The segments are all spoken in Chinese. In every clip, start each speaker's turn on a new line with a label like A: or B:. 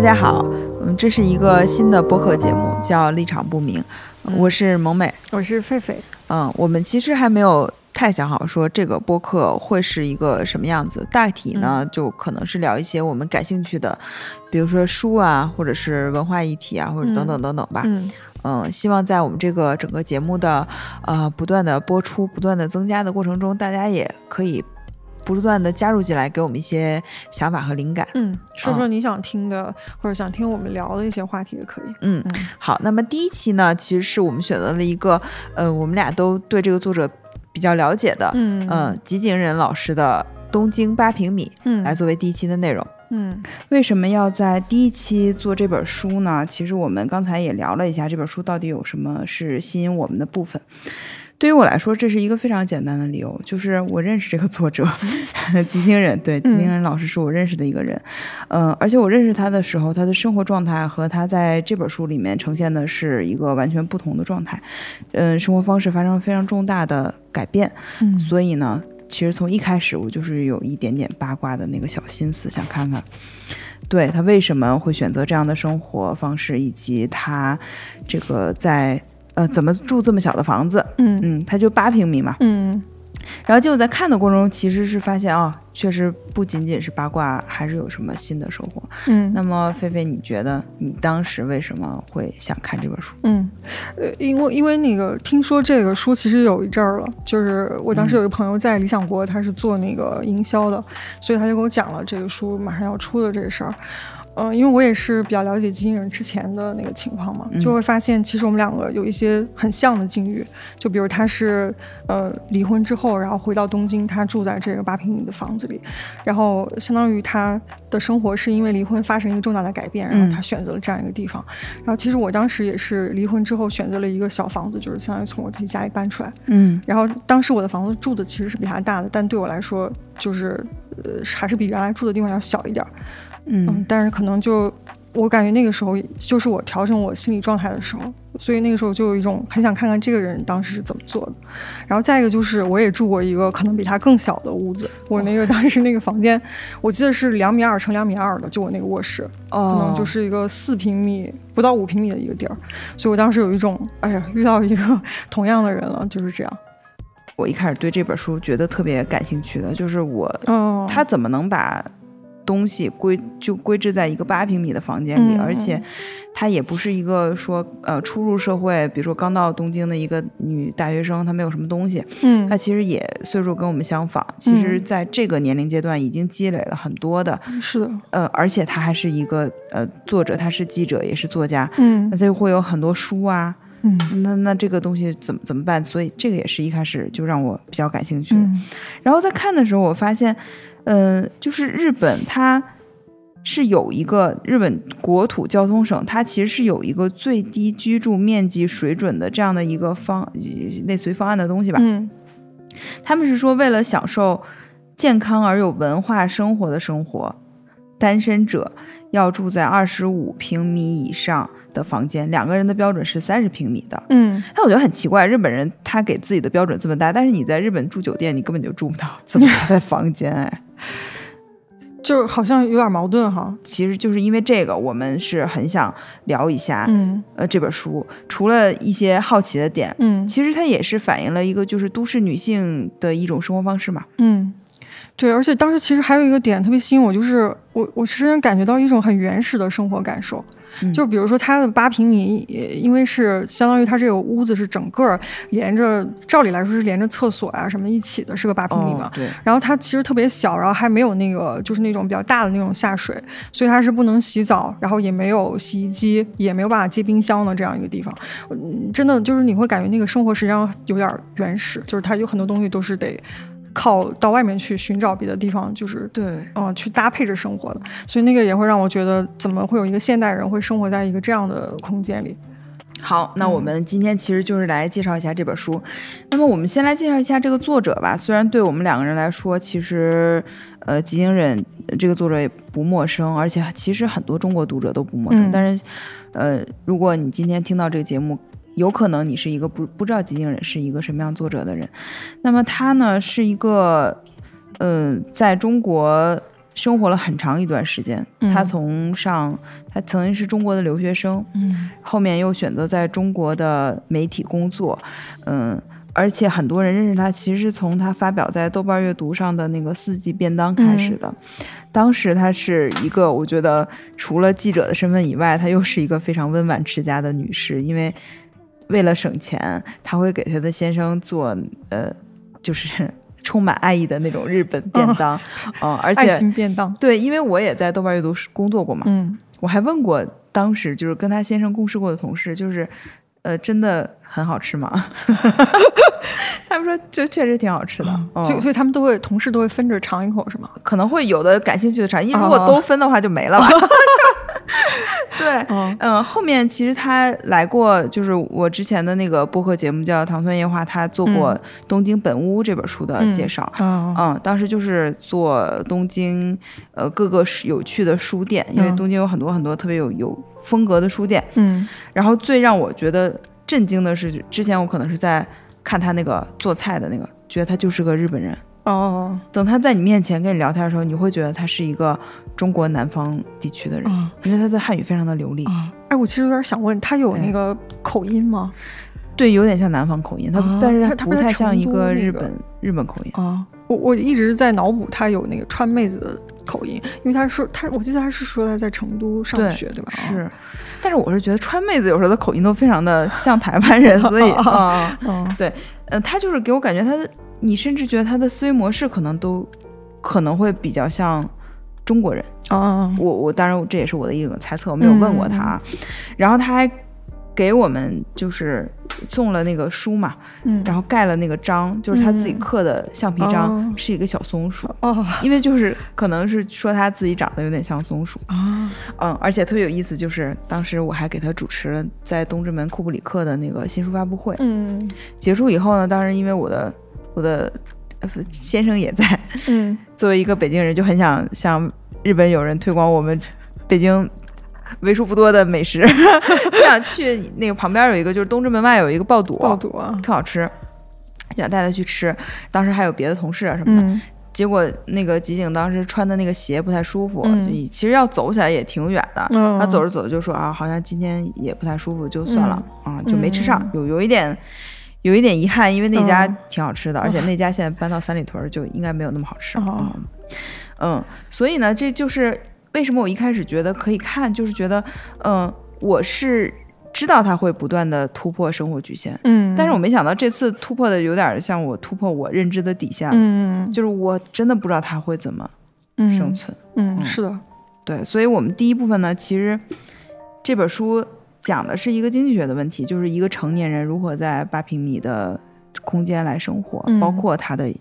A: 家好，嗯，这是一个新的播客节目，叫《立场不明》，嗯我是萌美。
B: 我是狒狒，
A: 嗯，我们其实还没有太想好说这个播客会是一个什么样子。大体呢，就可能是聊一些我们感兴趣的，比如说书啊，或者是文化议题啊，或者等等等等吧。
B: 嗯，
A: 嗯，希望在我们这个整个节目的呃不断的播出、不断的增加的过程中，大家也可以不断的加入进来，给我们一些想法和灵感。
B: 嗯，说
A: 啊
B: 说你想听的、或者想听我们聊的一些话题也可以。
A: 嗯
B: 嗯，
A: 好，那么第一期呢，其实是我们选择了一个，呃，我们俩都对这个作者比较了解的，
B: 嗯
C: 呃
A: 嗯，吉井忍老师的《东京八平米》
B: 嗯
A: 来作为第一期的内容。
B: 嗯
C: 为什么要在第一期做这本书呢？其实我们刚才也聊了一下，这本书到底有什么是吸引我们的部分。对于我来说，这是一个非常简单的理由，就是我认识这个作者， 吉星人，对，吉星人老师是我认识的一个人，嗯、呃，而且我认识他的时候，他的生活状态和他在这本书里面呈现的是一个完全不同的状态，嗯、生活方式发生了非常重大的改变，
B: 嗯
C: 所以呢，其实从一开始我就是有一点点八卦的那个小心思，想看看，对他为什么会选择这样的生活方式，以及他这个在呃怎么住这么小的房子，
B: 嗯
C: 嗯，他就八平米嘛。
B: 嗯
C: 然后结果在看的过程中，其实是发现啊，确实不仅仅是八卦，还是有什么新的收获。
B: 嗯
C: 那么菲菲，你觉得你当时为什么会想看这本书？
B: 嗯，呃，因为因为那个听说这个书其实有一阵儿了，就是我当时有一个朋友在理想国，他是做那个营销的，所以他就给我讲了这个书马上要出的这个事儿。嗯、因为我也是比较了解经纪人之前的那个情况嘛，就会发现其实我们两个有一些很像的境遇，就比如他是呃离婚之后，然后回到东京，他住在这个八平米的房子里，然后相当于他的生活是因为离婚发生一个重大的改变，然后他选择了这样一个地方。然后其实我当时也是离婚之后选择了一个小房子，就是相当于从我自己家里搬出来。
C: 嗯
B: 然后当时我的房子住的其实是比他大的，但对我来说就是呃还是比原来住的地方要小一点儿。嗯
C: 嗯，
B: 但是可能就我感觉那个时候就是我调整我心理状态的时候，所以那个时候就有一种很想看看这个人当时是怎么做的。然后再一个就是我也住过一个可能比他更小的屋子，我那个当时那个房间，我记得是两米二乘两米二的，就我那个卧室，可
A: 哦
B: 能就是一个四平米不到五平米的一个地儿，所以我当时有一种哎呀遇到一个 同样的人了，就是这样。
C: 我一开始对这本书觉得特别感兴趣的，就是我
B: 嗯，
C: 他怎么能把东西归就归置在一个八平米的房间里？
B: 嗯
C: 而且他也不是一个说呃初入社会，比如说刚到东京的一个女大学生，她没有什么东西，
B: 嗯
C: 她其实也岁数跟我们相仿，其实在这个年龄阶段已经积累了很多的，
B: 是的，
C: 呃，而且她还是一个呃作者，她是记者也是作家，
B: 嗯
C: 那她就会有很多书啊。
B: 嗯
C: 那那这个东西怎么怎么办？所以这个也是一开始就让我比较感兴趣的。
B: 嗯
C: 然后在看的时候，我发现，呃，就是日本它是有一个日本国土交通省，它其实是有一个最低居住面积水准的这样的一个方呃类似于方案的东西吧。
B: 嗯
C: 他们是说为了享受健康而有文化生活的生活，单身者要住在二十五平米以上的房间，两个人的标准是三十平米的。
B: 嗯，
C: 但我觉得很奇怪，日本人他给自己的标准这么大，但是你在日本住酒店，你根本就住不到这么大的房间，哎，
B: 就好像有点矛盾哈。
C: 其实就是因为这个，我们是很想聊一下，
B: 嗯
C: 呃，这本书除了一些好奇的点，
B: 嗯
C: 其实它也是反映了一个就是都市女性的一种生活方式嘛，
B: 嗯，对，而且当时其实还有一个点特别吸引我，就是我我深深感觉到一种很原始的生活感受。
C: 嗯
B: 就比如说它的八平米，呃因为是相当于它这个屋子是整个儿连着，照理来说是连着厕所啊什么一起的，是个八平米嘛。
C: 哦，对，
B: 然后它其实特别小，然后还没有那个就是那种比较大的那种下水，所以它是不能洗澡，然后也没有洗衣机，也没有办法接冰箱的这样一个地方。嗯，真的就是你会感觉那个生活实际上有点原始，就是它有很多东西都是得靠到外面去寻找别的地方，就是
C: 对，
B: 嗯，去搭配着生活的，所以那个也会让我觉得，怎么会有一个现代人会生活在一个这样的空间里？
C: 好，那我们今天其实就是来介绍一下这本书。那么我们先来介绍一下这个作者吧。虽然对我们两个人来说，其实呃，吉井忍这个作者也不陌生，而且其实很多中国读者都不陌生。
B: 嗯
C: 但是，呃，如果你今天听到这个节目，有可能你是一个不不知道吉井忍是一个什么样作者的人。那么他呢，是一个呃，在中国生活了很长一段时间。
B: 嗯
C: 他从上，他曾经是中国的留学生，
B: 嗯
C: 后面又选择在中国的媒体工作，嗯，而且很多人认识他，其实是从他发表在豆瓣阅读上的那个四季便当开始的。
B: 嗯
C: 当时她是一个，我觉得除了记者的身份以外，她又是一个非常温婉持家的女士，因为为了省钱，她会给她的先生做呃，就是。 充满爱意的那种日本便当，嗯、而
B: 哦爱
C: 且
B: 心便当，
C: 对，因为我也在豆瓣阅读工作过嘛，
B: 嗯
C: 我还问过当时就是跟他先生共事过的同事，就是，呃，真的很好吃吗？ 他们说就确实挺好吃的，嗯
B: 所以所以他们都会同事都会分着尝一口是吗？
C: 可能会有的感兴趣的产因为如
B: 哦
C: 果都分的话就没了吧。对，
B: 哦
C: 嗯、后面其实他来过，就是我之前的那个播客节目叫《糖蒜夜话》，他做过《东京本屋》这本书的介绍。
B: 啊
C: 嗯，当时就是做东京，呃，各个是有趣的书店，因为
B: 嗯
C: 东京有很多很多特别有有风格的书店。
B: 嗯
C: 然后最让我觉得震惊的是，之前我可能是在看他那个做菜的那个，觉得他就是个日本人。
B: 哦
C: 等他在你面前跟你聊天的时候，你会觉得他是一个中国南方地区的人，
B: 啊
C: 因为他的汉语非常的流利，
B: 啊！哎，我其实有点想问，他有那
C: 对
B: 个口音吗？
C: 对，有点像南方口音，他、
B: 啊
C: 但是
B: 他他不
C: 不
B: 是
C: 太像一
B: 成都
C: 个
B: 那
C: 日
B: 个
C: 本、日本口音。
B: 啊，我我一直在脑补他有那个川妹子的口音，因为他说他，我记得他是说他在成都上
C: 对
B: 学对吧？啊，
C: 是，但是我是觉得川妹子有时候的口音都非常的像台湾人，所
B: 哦
C: 以，嗯，
B: 嗯
C: 嗯，他就是给我感觉他的，你甚至觉得他的思维模式可能都可能会比较像中国人。
B: 啊
C: 我我当然这也是我的一种猜测，我没有问过他啊。
B: 嗯
C: 然后他还给我们就是送了那个书嘛，
B: 嗯，
C: 然后盖了那个章，就是他自己
B: 嗯
C: 刻的橡皮章，
B: 哦
C: 是一个小松鼠。
B: 哦
C: 因为就是可能是说他自己长得有点像松鼠，
B: 啊
C: 嗯，而且特别有意思，就是当时我还给他主持了在东直门库布里克的那个新书发布会，
B: 嗯
C: 结束以后呢，当时因为我的我的呃先生也在，
B: 嗯
C: 作为一个北京人，就很想向日本友人推广我们北京为数不多的美食， 就想去那个旁边有一个就是东直门外有一个爆肚，
B: 爆肚啊，
C: 特好吃，就想带他去吃。当时还有别的同事啊什么的，
B: 嗯
C: 结果那个吉井当时穿的那个鞋不太舒服，
B: 嗯
C: 就其实要走起来也挺远的。
B: 嗯
C: 他走着走着就说啊，好像今天也不太舒服，就算了、
B: 嗯
C: 啊，就没吃上，有有一点。有一点遗憾，因为那家
B: 嗯
C: 挺好吃的，而且那家现在搬到三里屯儿，就应该没有那么好吃。
B: 哦
C: 嗯嗯，所以呢，这就是为什么我一开始觉得可以看，就是觉得，嗯、我是知道他会不断的突破生活局限，
B: 嗯，
C: 但是我没想到这次突破的有点像我突破我认知的底线了。
B: 嗯
C: 就是我真的不知道他会怎么生存。
B: 嗯
C: 嗯
B: 是的，
C: 对，所以我们第一部分呢，其实这本书讲的是一个经济学的问题，就是一个成年人如何在八平米的空间来生活，
B: 嗯
C: 包括它的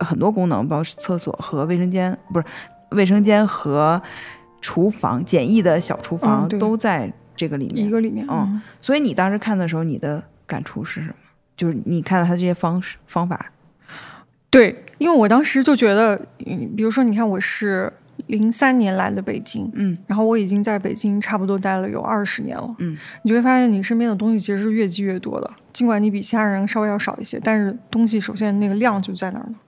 C: 很多功能，包括厕所和卫生间，不是卫生间和厨房，简易的小厨房、
B: 嗯对
C: 都在这个里
B: 一
C: 面。
B: 个里面
C: 嗯所以你当时看的时候，你的感触是什么？就是你看到他这些方式方法，
B: 对，因为我当时就觉得，嗯，比如说，你看我是零三年来的北京，
C: 嗯，
B: 然后我已经在北京差不多待了有二十年了，
C: 嗯，
B: 你就会发现你身边的东西其实是越积越多的，尽管你比其他人稍微要少一些，但是东西首先那个量就在那儿呢。
C: 嗯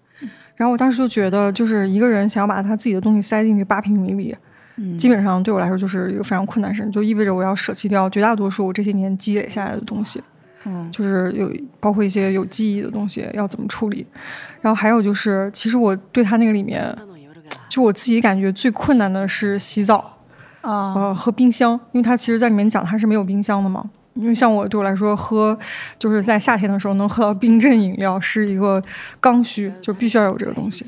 B: 然后我当时就觉得，就是一个人想要把他自己的东西塞进这八平米里，
C: 嗯
B: 基本上对我来说就是一个非常困难的事，就意味着我要舍弃掉绝大多数我这些年积累下来的东西。
C: 嗯
B: 就是有包括一些有记忆的东西要怎么处理，然后还有就是，其实我对他那个里啊面，就我自己感觉最困难的是洗澡，
C: 啊
B: 呃和冰箱，因为他其实在里面讲他是没有冰箱的嘛。因为像我对我来说，喝就是在夏天的时候能喝到冰镇饮料是一个刚需，就必须要有这个东西。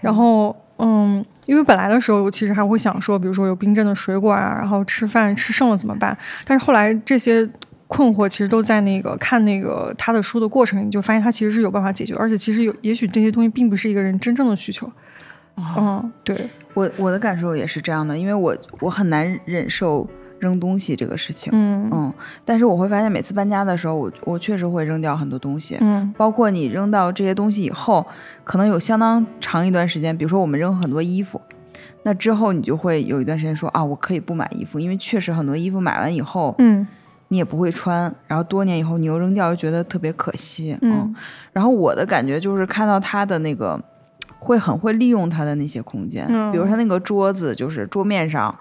B: 然后，嗯，因为本来的时候，我其实还会想说，比如说有冰镇的水果啊，然后吃饭吃剩了怎么办？但是后来这些困惑其实都在那个看那个他的书的过程里，你就发现他其实是有办法解决，而且其实有也许这些东西并不是一个人真正的需求。嗯，对，
A: 我我的感受也是这样的，因为我我很难忍受扔东西这个事情。
B: 嗯
A: 嗯，但是我会发现每次搬家的时候，我我确实会扔掉很多东西，
B: 嗯
A: 包括你扔到这些东西以后，可能有相当长一段时间，比如说我们扔很多衣服，那之后你就会有一段时间说啊，我可以不买衣服，因为确实很多衣服买完以后
B: 嗯
A: 你也不会穿，然后多年以后你又扔掉，又觉得特别可惜。
B: 嗯
A: 然后我的感觉就是看到他的那个
C: 会很会利用他的那些空间，
B: 嗯
C: 比如他那个桌子，就是桌面上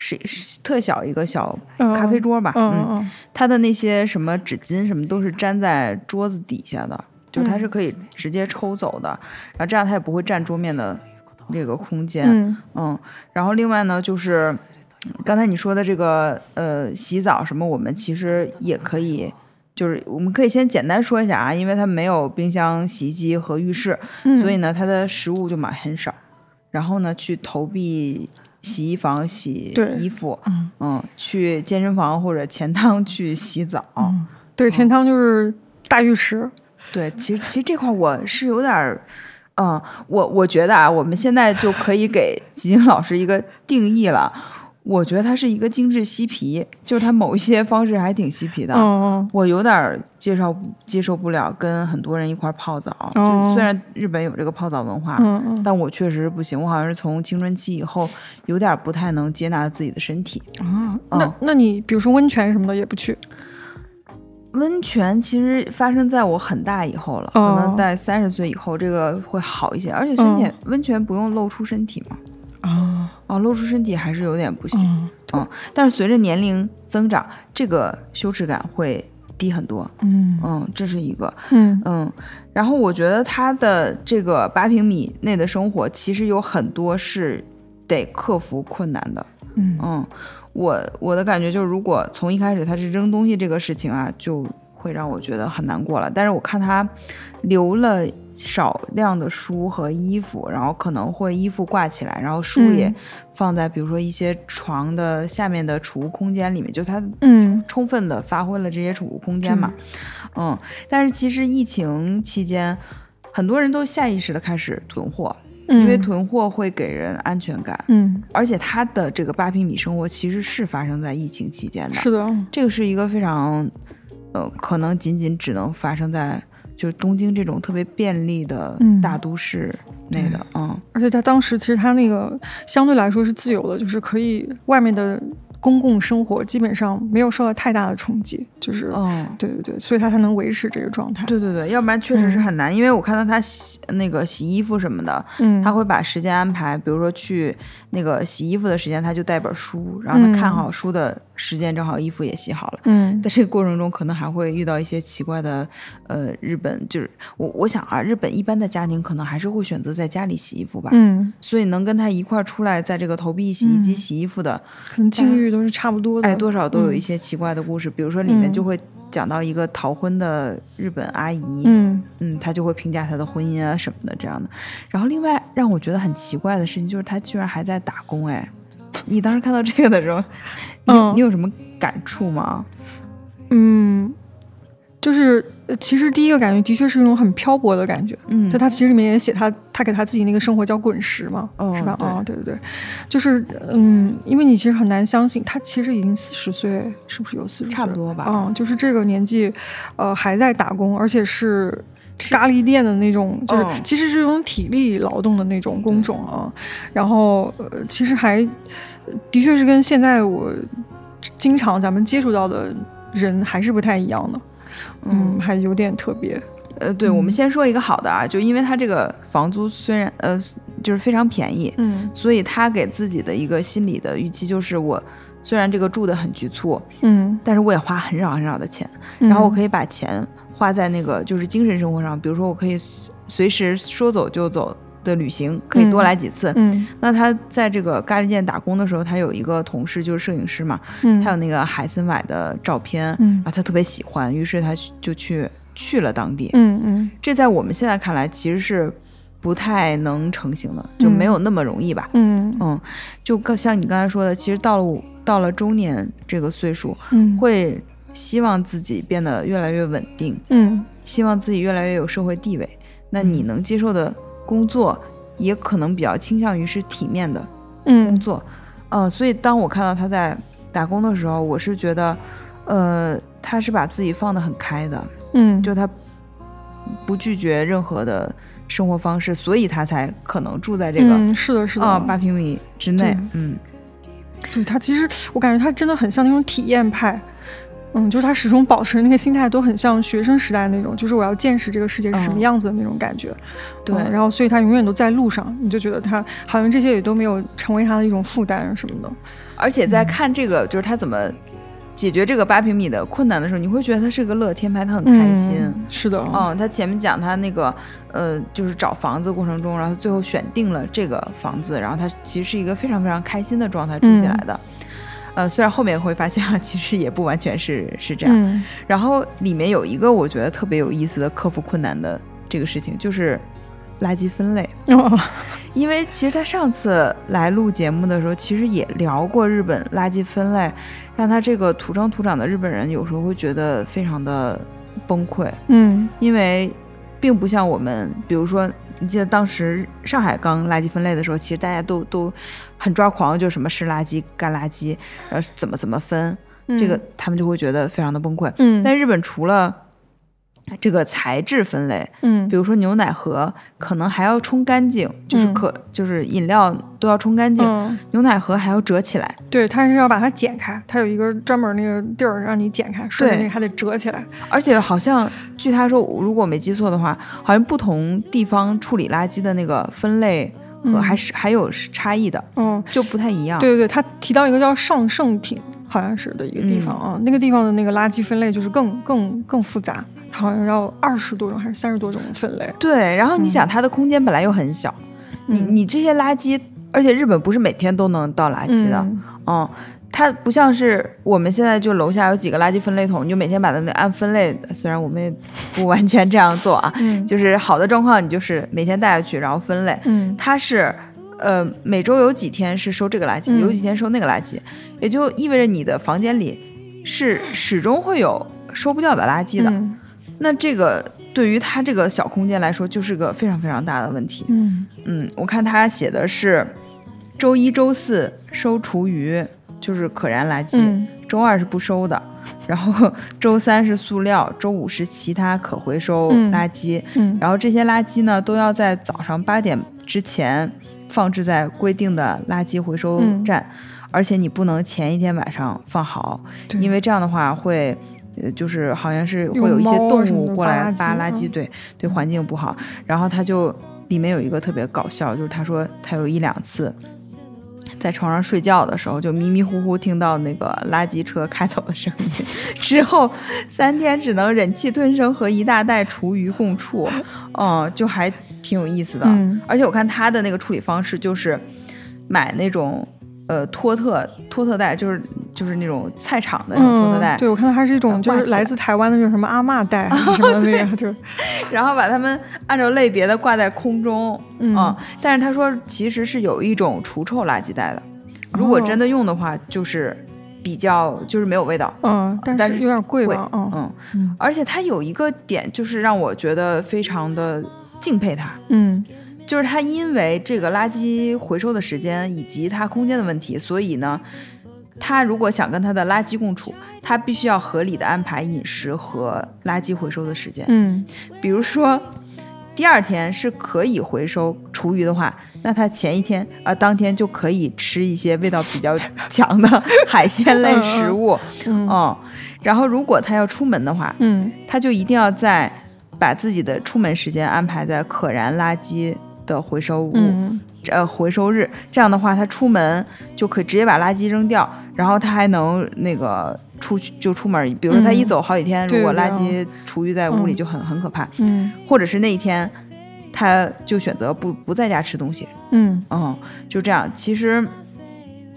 C: 是是特小一个小咖啡桌吧，
B: 嗯嗯嗯，
C: 他的那些什么纸巾什么都是粘在桌子底下的，就是
B: 嗯
C: 它是可以直接抽走的，然后这样它也不会占桌面的这个空间。
B: 嗯
C: 嗯，然后另外呢，就是嗯刚才你说的这个呃，洗澡什么，我们其实也可以，就是我们可以先简单说一下啊，因为它没有冰箱、洗衣机和浴室，
B: 嗯
C: 所以呢，它的食物就买很少，然后呢，去投币洗衣房洗
B: 对
C: 衣服，
B: 嗯
C: 嗯，去健身房或者钱汤去洗澡，
B: 嗯对，钱汤就是大浴池，
C: 对，其实其实这块我是有点儿，嗯，我我觉得啊，我们现在就可以 给吉英老师一个定义了。我觉得他是一个精致嬉皮，就是他某一些方式还挺嬉皮的。
B: 嗯嗯
C: 我有点儿接受不接受不了跟很多人一块儿泡澡，就是
B: 哦
C: 虽然日本有这个泡澡文化，
B: 嗯嗯，
C: 但我确实是不行。我好像是从青春期以后有点儿不太能接纳自己的身体。
B: 啊，
C: 嗯
B: 那那你比如说温泉什么的也不去，
C: 温泉其实发生在我很大以后了，
B: 哦
C: 可能在三十岁以后，这个会好一些。而且身体、
B: 嗯
C: 温泉不用露出身体嘛，
B: 啊，
C: 啊，露出身体还是有点不行。
B: 嗯
C: 但是随着年龄增长，这个羞耻感会低很多。
B: 嗯
C: 嗯，这是一个。
B: 嗯
C: 嗯，然后我觉得他的这个八平米内的生活，其实有很多是得克服困难的。
B: 嗯
C: 嗯，我我的感觉就是，如果从一开始他是扔东西这个事情啊，就会让我觉得很难过了。但是我看他留了少量的书和衣服，然后可能会衣服挂起来，然后书也
B: 嗯
C: 放在比如说一些床的下面的储物空间里面，就他
B: 嗯
C: 充分的发挥了这些储物空间嘛。嗯，但是其实疫情期间，很多人都下意识的开始囤货，
B: 嗯，
C: 因为囤货会给人安全感。
B: 嗯
C: 而且他的这个八平米生活其实是发生在疫情期间的，
B: 是的，
C: 这个是一个非常，呃，可能仅仅只能发生在就是东京这种特别便利的
B: 嗯
C: 大都市内的，嗯
B: 而且他当时其实他那个相对来说是自由的，就是可以外面的公共生活基本上没有受到太大的冲击，就是、
C: 嗯，
B: 对对对，所以他才能维持这个状态。
C: 对对对，要不然确实是很难，因为我看到他洗那个洗衣服什么的，
B: 嗯，
C: 他会把时间安排，比如说去那个洗衣服的时间，他就带本书，然后他看好书的时间，正好衣服也洗好了。
B: 嗯
C: 在这个过程中，可能还会遇到一些奇怪的，呃，日本就是我我想啊，日本一般的家庭可能还是会选择在家里洗衣服吧，
B: 嗯，
C: 所以能跟他一块儿出来，在这个投币洗衣机洗衣服的，
B: 可能境遇都是差不多的。
C: 哎，多少都有一些奇怪的故事，比如说里面
B: 嗯
C: 就会讲到一个逃婚的日本阿姨，
B: 嗯
C: 嗯，她就会评价她的婚姻啊什么的这样的。然后另外让我觉得很奇怪的事情就是，她居然还在打工，哎，你当时看到这个的时候，你有
B: 嗯
C: 你有什么感触吗？
B: 嗯，就是呃其实第一个感觉的确是一种很漂泊的感觉。
C: 嗯
B: 就他其实里面也写他他给他自己那个生活叫滚石嘛，
C: 哦
B: 是吧？
C: 对
B: 哦，对对对，就是嗯，因为你其实很难相信他其实已经四十岁，是不是有四十？
C: 差不多吧
B: 嗯，就是这个年纪，呃，还在打工，而且是。咖喱店的那种，就是
C: 嗯
B: 其实是一种体力劳动的那种工种啊，然后呃，其实还的确是跟现在我经常咱们接触到的人还是不太一样的，嗯，还有点特别，
C: 呃，对，
B: 嗯
C: 我们先说一个好的啊，就因为他这个房租虽然呃就是非常便宜，
B: 嗯
C: 所以他给自己的一个心理的预期就是我。虽然这个住的很局促，
B: 嗯，
C: 但是我也花很少很少的钱，
B: 然
C: 然后我
B: 以
C: 可以把钱花在那个就是精神生活上，比如说我可以随随时说走就走的旅行，可以多
B: 嗯
C: 来几次。
B: 嗯
C: 那他在这个咖喱店打工的时候，他有一个同事就是摄影师嘛，
B: 嗯，
C: 他有那个海参崴的照片，
B: 嗯
C: 啊，他特别喜欢，于是他就去去了当地，
B: 嗯嗯
C: 这在我们现在看来其实是不太能成型的，就没有那么容易吧。
B: 嗯
C: 嗯，就更像你刚才说的，其实到了我到了中年这个岁数，
B: 嗯
C: 会希望自己变得越来越稳定，
B: 嗯
C: 希望自己越来越有社会地位。那你能接受的工作，也可能比较倾向于是体面的工
B: 嗯
C: 作。嗯，所以当我看到他在打工的时候，我是觉得，呃，他是把自己放得很开的。
B: 嗯，
C: 就他不拒绝任何的生活方式，所以他才可能住在这个
B: 嗯是的是的
C: 啊八、平米之内
B: 对。
C: 嗯，
B: 对他其实我感觉他真的很像那种体验派，嗯，就是他始终保持那个心态，都很像学生时代那种，就是我要见识这个世界是什么
D: 嗯
B: 样子的那种感觉。
D: 对
B: 嗯然后所以他永远都在路上，你就觉得他好像这些也都没有成为他的一种负担什么的。
C: 而且
B: 嗯
C: 在看这个，就是他怎么解决这个八平米的困难的时候，你会觉得他是个乐天派，他很开心。
B: 嗯是的，
C: 嗯，他前面讲他那个，呃，就是找房子过程中，然后最后选定了这个房子，然后他其实是一个非常非常开心的状态住进
B: 嗯
C: 来的。呃，虽然后面会发现啊，其实也不完全是是这样。
B: 嗯
C: 然后里面有一个我觉得特别有意思的克服困难的这个事情，就是垃圾分类。
B: 哦
C: 因为其实他上次来录节目的时候，其实也聊过日本垃圾分类，让他这个土生土长的日本人有时候会觉得非常的崩溃，
B: 嗯
C: 因为并不像我们，比如说。你记得当时上海刚垃圾分类的时候，其实大家都都很抓狂，就什么湿垃圾、干垃圾，然后怎么怎么分，这个他们就会觉得非常的崩溃。
B: 嗯，
C: 但日本除了这个材质分类，
B: 嗯
C: 比如说牛奶盒可能还要冲干净，就是
B: 嗯
C: 可、就是饮料都要冲干净，
B: 嗯，
C: 牛奶盒还要折起来。
B: 对，他是要把它剪开，他有一个专门那个地儿让你剪开，顺着
C: 对
B: 那个还得折起来。
C: 而且好像据他说，如果我没记错的话，好像不同地方处理垃圾的那个分类和
B: 嗯
C: 还是、还有是差异的，
B: 嗯，
C: 就不太一样。
B: 对对对，他提到一个叫上圣町，好像是的一个地方啊，那个地方的那个垃圾分类就是更更更复杂，它好像要二十多种还是三十多种分类。
C: 对然后你想，它的空间本来又很小，你
B: 嗯
C: 你这些垃圾，而且日本不是每天都能倒垃圾的，
B: 嗯
C: 嗯，它不像是我们现在就楼下有几个垃圾分类桶，你就每天把它那按分类，虽然我们也不完全这样做啊，
B: 嗯
C: 就是好的状况你就是每天带下去然后分类，
B: 嗯
C: 它是。呃，每周有几天是收这个垃圾，
B: 嗯
C: 有几天收那个垃圾，也就意味着你的房间里 是始终会有收不掉的垃圾的。
B: 嗯
C: 那这个对于它这个小空间来说，就是个非常非常大的问题。
B: 嗯
C: 嗯，我看他写的是周一、周四收厨余，就是可燃垃圾；
B: 嗯
C: 周二是不收的， 然后周三是塑料，周五是其他可回收
B: 嗯
C: 垃圾。
B: 嗯
C: 然后这些垃圾呢，都要在早上八点之前放置在规定的垃圾回收
B: 嗯
C: 站，而且你不能前一天晚上放好，
B: 对
C: 因为这样的话会。呃，就是好像是会
B: 用
C: 有一些
B: 猫啊
C: 动
B: 什么
C: 物
B: 的
C: 过
B: 扒
C: 来
B: 垃圾
C: 扒垃
B: 嗯
C: 圾，对对，环境不好。然后他就里面有一个特别搞笑，就是他说他有一两次在床上睡觉的时候，就迷迷糊糊听到那个垃圾车开走的声音，之后三天只能忍气吞声和一大袋厨余共 处，嗯，就还挺有意思的。
B: 嗯
C: 而且我看他的那个处理方式就是买那种呃托特托特袋，就是就是那种菜场的那种托特袋，
B: 嗯，对我看到它是一种就
C: 挂
B: 是
C: 起来
B: 来自台湾的那种什么阿嬷袋还是什么的那个， 对，
C: 然后把它们按照类别的挂在空中，啊
B: 嗯
C: 但是他说其实是有一种除臭垃圾袋的，如果
B: 哦
C: 真的用的话，就是比较就是没有味道，
B: 嗯，但
C: 但是
B: 是有点贵吧，嗯
C: 嗯，
B: 嗯
C: 而且他有一个点就是让我觉得非常的敬佩他，
B: 嗯
C: 就是他因为这个垃圾回收的时间以及它空间的问题，所以呢，他如果想跟他的垃圾共处，他必须要合理的安排饮食和垃圾回收的时间。
B: 嗯
C: 比如说第二天是可以回收厨余的话，那他前一天啊、呃当天就可以吃一些味道比较强的海鲜类食物，
B: 嗯
C: 嗯，然后如果他要出门的话，
B: 嗯
C: 他就一定要在把自己的出门时间安排在可燃垃圾的回收物，
B: 嗯
C: 呃回收日，这样的话，他出门就可以直接把垃圾扔掉，然后他还能那个出去就出门，比如说他一
B: 嗯
C: 走好几天，
B: 对
C: 如果
B: 对
C: 垃
B: 啊
C: 圾厨余在屋里
B: 嗯
C: 就很、很可怕，
B: 嗯
C: 或者是那一天他就选择不不在家吃东西，
B: 嗯
C: 嗯，就这样，其实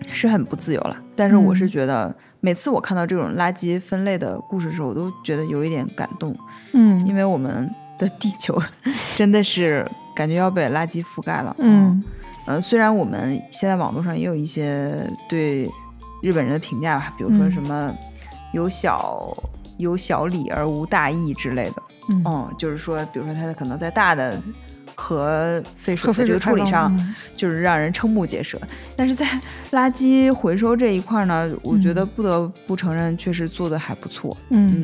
C: 是很不自由了。但是我是
B: 嗯
C: 觉得，每次我看到这种垃圾分类的故事的时候，我都觉得有一点感动，因
B: 嗯
C: 为我们的地球 真的是感觉要被垃圾覆盖了，
B: 嗯，
C: 呃，虽然我们现在网络上也有一些对日本人的评价吧，比如说
B: 嗯
C: 什么有小、有小理而无大义之类的，
B: 嗯
C: 嗯，就是说，比如说他可能在大的核废水
B: 核
C: 的
B: 废
C: 这
B: 水
C: 个处理
B: 排放
C: 上，
B: 嗯
C: 就是让人瞠目结舌，但是在垃圾回收这一块呢，我觉得不得不承认，确实做的还不错，
B: 嗯
C: 嗯，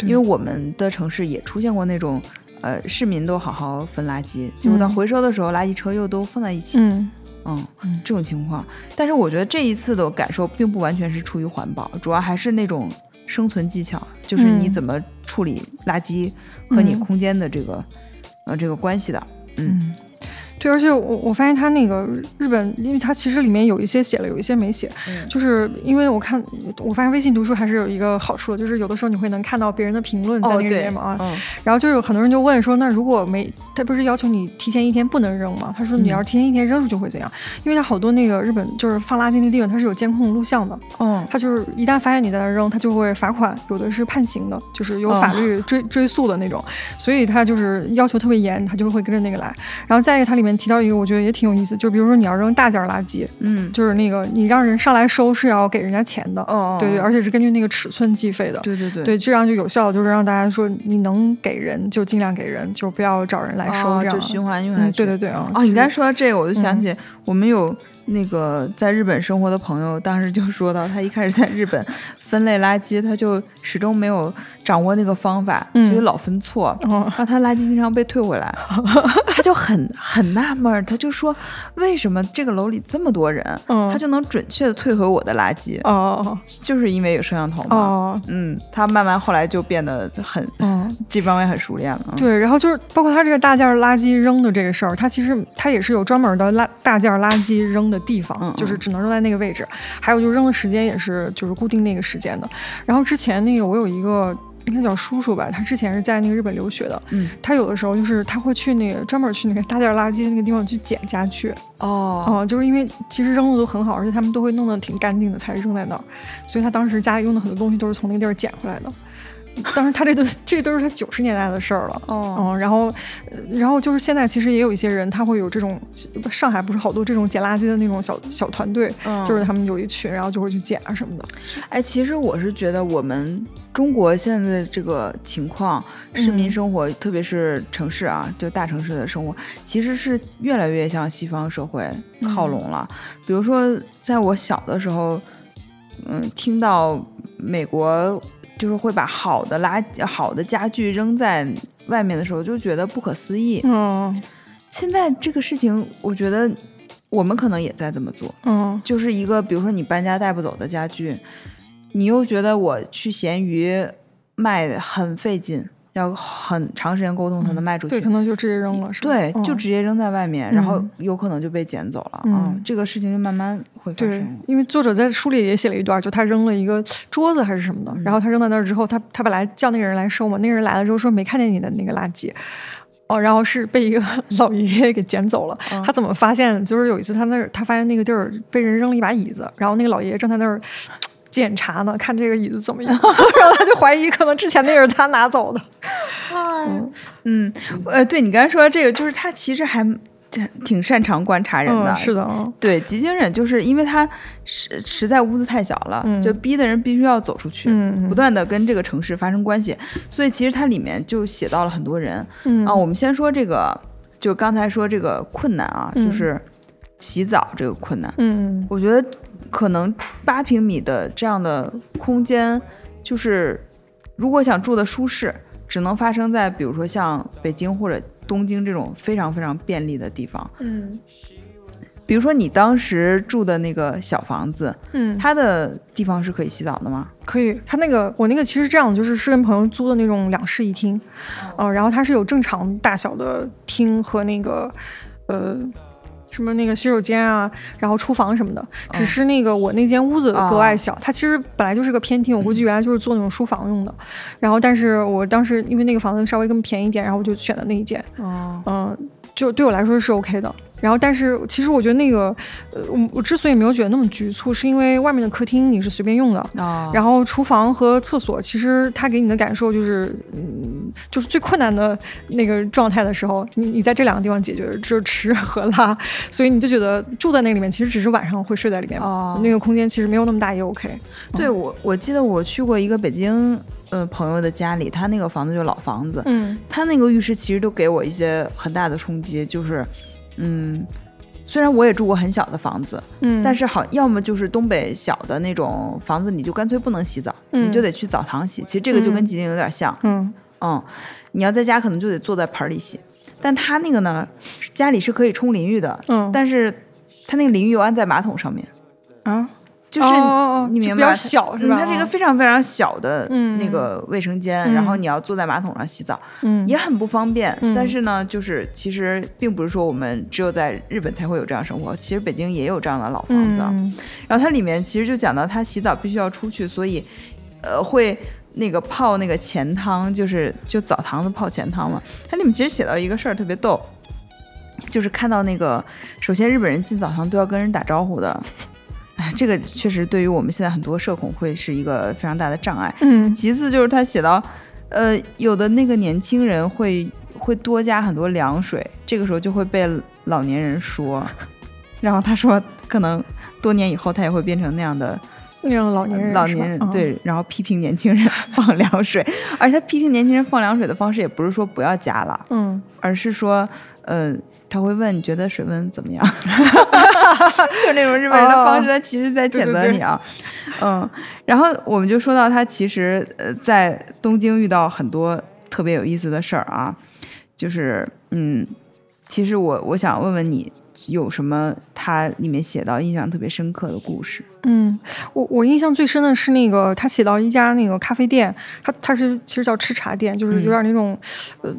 C: 因
B: 对
C: 为我们的城市也出现过那种。呃，市民都好好分垃圾，结果到
B: 嗯
C: 回收的时候，垃圾车又都放在一起，
B: 嗯
C: 嗯
B: 嗯，
C: 这种情况。但是我觉得这一次的感受并不完全是出于环保，主要还是那种生存技巧，就是你
B: 嗯
C: 怎么处理垃圾和你
B: 嗯
C: 空间的这个、呃这个关系的。
A: 嗯
B: 对，而且我我发现他那个日本，因为他其实里面有一些写了，有一些没写，
C: 嗯
B: 就是因为我看，我发现微信读书还是有一个好处的，就是有的时候你会能看到别人的评论在那
C: 哦
B: 个里
C: 对
B: 面嘛啊，
C: 嗯，
B: 然后就是有很多人就问说，那如果没他不是要求你提前一天不能扔吗？他说
C: 嗯
B: 你要是提前一天扔出去会怎样？因为他好多那个日本就是放垃圾那地方，它是有监控录像的，
C: 哦，
B: 他就是一旦发现你在那儿扔，他就会罚款，有的是判刑的，就是有
C: 哦
B: 法律追、追溯的那种，所以他就是要求特别严，他就会跟着那个来。然后再一个，它里面提到一个我觉得也挺有意思，就比如说你要扔大件儿垃圾，
C: 嗯，
B: 就是那个你让人上来收是要给人家钱的，
C: 哦，
B: 对对，而且是根据那个尺寸计费的。
C: 对对对
B: 对，这样就有效，就是让大家说你能给人就尽量给人，就不要找人来收
C: 哦
B: 这样。
C: 就循环用下
B: 嗯，
C: 去。
B: 对对对啊。
C: 哦，
B: 其
C: 你刚才
B: 实
C: 说到这个，我就想
B: 嗯
C: 起我们有那个在日本生活的朋友，当时就说到他一开始在日本分类垃圾，他就始终没有掌握那个方法，
B: 嗯
C: 所以老分错。
B: 哦，
C: 然后他垃圾经常被退回 来，他就很很纳闷儿，他就说为什么这个楼里这么多人，
B: 嗯
C: 他就能准确的退回我的垃圾，
B: 哦
C: 就是因为有摄像头
B: 哦
C: 嘛。
B: 哦
C: 嗯，他慢慢后来就变得很
B: 哦，
C: 这方面很熟练了。嗯，
B: 对，然后就是包括他这个大件儿垃圾扔的这个事儿，他其实他也是有专门的垃大件儿垃圾扔的地方，
C: 嗯
B: 就是
C: 嗯
B: 只能扔在那个位置。还有就扔的时间也是就是固定那个时间的。然后之前那个我有一个。应该叫叔叔吧，他之前是在那个日本留学的。
C: 嗯，
B: 他有的时候就是他会去那个专门去那个大件儿垃圾那个地方去捡家具。
C: 哦，
B: 哦、就是因为其实扔的都很好，而且他们都会弄得挺干净的才扔在那儿，所以他当时家里用的很多东西都是从那个地儿捡回来的。当时他这都这都是他九十年代的事儿了。
C: 哦，
B: 嗯，然后，呃然后就是现在其实也有一些人，他会有这种，上海不是好多这种捡垃圾的那种小小团队，
C: 嗯
B: 就是他们有一群，然后就会去捡啊什么的。
C: 哎，其实我是觉得我们中国现在这个情况，市民
B: 嗯
C: 生活，特别是城市啊，就大城市的生活，其实是越来越向西方社会靠
B: 嗯
C: 拢了。比如说，在我小的时候，嗯，听到美国就是会把好的垃好的家具扔在外面的时候，就觉得不可思议。
B: 嗯
C: 现在这个事情，我觉得我们可能也在这么做。
B: 嗯
C: 就是一个，比如说你搬家带不走的家具，你又觉得我去闲鱼卖很费劲，要很长时间沟通才能卖出去。
B: 嗯对，可能就直接扔了，是吧？
C: 对
B: 嗯
C: 就直接扔在外面，然后
B: 嗯
C: 有可能就被捡走了。
B: 嗯
C: 这个事情就慢慢会发
B: 对
C: 生了，。
B: 因为作者在书里也写了一段，就他扔了一个桌子还是什么的，然后他扔在那儿之后，他他本来叫那个人来收嘛，那个人来了之后说没看见你的那个垃圾。哦，然后是被一个 老爷爷给捡走了。他怎么发现？就是有一次他那儿，他发现那个地儿被人扔了一把椅子，然后那个老爷爷正在那儿检查呢，看这个椅子怎么样， 然后他就怀疑可能之前那个是他拿走的。
C: 嗯，呃，对你刚才说的这个，就是他其实还挺挺擅长观察人的，
B: 嗯，是的，嗯
C: 对，极精忍就是因为他实实在屋子太小了，
B: 嗯
C: 就逼的人必须要走出去，
B: 嗯嗯
C: 不断的跟这个城市发生关系，所以其实它里面就写到了很多人。
B: 嗯
C: 啊，我们先说这个，就刚才说这个困难啊，就
B: 嗯
C: 是洗澡这个困难，
B: 嗯
C: 我觉得可能八平米的这样的空间，就是如果想住的舒适，只能发生在比如说像北京或者东京这种非常非常便利的地方。
B: 嗯
C: 比如说你当时住的那个小房子，
B: 嗯，
C: 它的地方是可以洗澡的吗？
B: 可以，他那个我那个其实这样，就是是跟朋友租的那种两室一厅，嗯、然后它是有正常大小的厅和那个呃什么那个洗手间啊，然后厨房什么的，只是那个我那间屋子格外小，它其实本来就是个偏厅，我估计原来就是做那种书房用的，然后但是我当时因为那个房子稍微更便宜一点，然后我就选的那一间，
C: 哦，
B: 嗯，就对我来说是 OK 的。然后，但是其实我觉得那个，呃，我我之所以没有觉得那么局促，是因为外面的客厅你是随便用的，
C: 哦，
B: 然后厨房和厕所，其实它给你的感受就是，嗯，就是最困难的那个状态的时候，你你在这两个地方解决，就是吃和拉， 所以你就觉得住在那里面，其实只是晚上会睡在里面嘛，
C: 哦
B: 那个空间其实没有那么大也 OK。
C: 对我我记得我去过一个北京呃朋友的家里，他那个房子就是老房子，
B: 嗯
C: 他那个浴室其实都给我一些很大的冲击，就是嗯。虽然我也住过很小的房子，
B: 嗯
C: 但是好，要么就是东北小的那种房子，你就干脆不能洗澡，你
B: 嗯
C: 就得去澡堂洗。其实这个就跟
B: 嗯
C: 吉林有点像，
B: 嗯
C: 嗯，你要在家可能就得坐在盆儿里洗，但他那个呢，是家里是可以冲淋浴的，
B: 嗯
C: 但是他那个淋浴又安在马桶上面，
B: 啊
C: 就是
B: 哦哦哦
C: 你
B: 就
C: 明
B: 比较
C: 白它
B: 小是
C: 嗯
B: 吧
C: 它是一个
B: 哦
C: 非常非常小的那
B: 嗯
C: 个卫生间，然后你要坐在马桶上洗澡，
B: 嗯
C: 也很不方便。
B: 嗯
C: 但是呢，就是其实并不是说我们只有在日本才会有这样生活，其实北京也有这样的老房子啊。
B: 嗯
C: 然后它里面其实就讲到，他洗澡必须要出去，所以，呃，会那个泡那个钱汤，就是就澡堂子泡钱汤嘛。它里面其实写到一个事儿特别逗，就是看到那个，首先日本人进澡堂都要跟人打招呼的，哎，这个确实对于我们现在很多社恐会是一个非常大的障碍。
B: 嗯
C: 其次就是他写到，呃，有的那个年轻人会会多加很多凉水，这个时候就会被老年人说，然后他说可能多年以后他也会变成那样的
B: 那样的老年人
C: 老
B: 是吧
C: 年人，
B: 嗯
C: 对，然后批评年轻人放凉水，而且他批评年轻人放凉水的方式也不是说不要加了，
B: 嗯
C: 而是说，呃，他会问你觉得水温怎 么样，就那种日本人的方式，
B: 哦
C: 他其实在谴责你啊，嗯，然后我们就说到他其实呃在东京遇到很多特别有意思的事儿啊，就是嗯，其实我我想问问你有什么他里面写到印象特别深刻的故事？
B: 嗯，我我印象最深的是那个，他写到一家那个咖啡店，他他是其实叫吃茶店，就是有点那种，呃，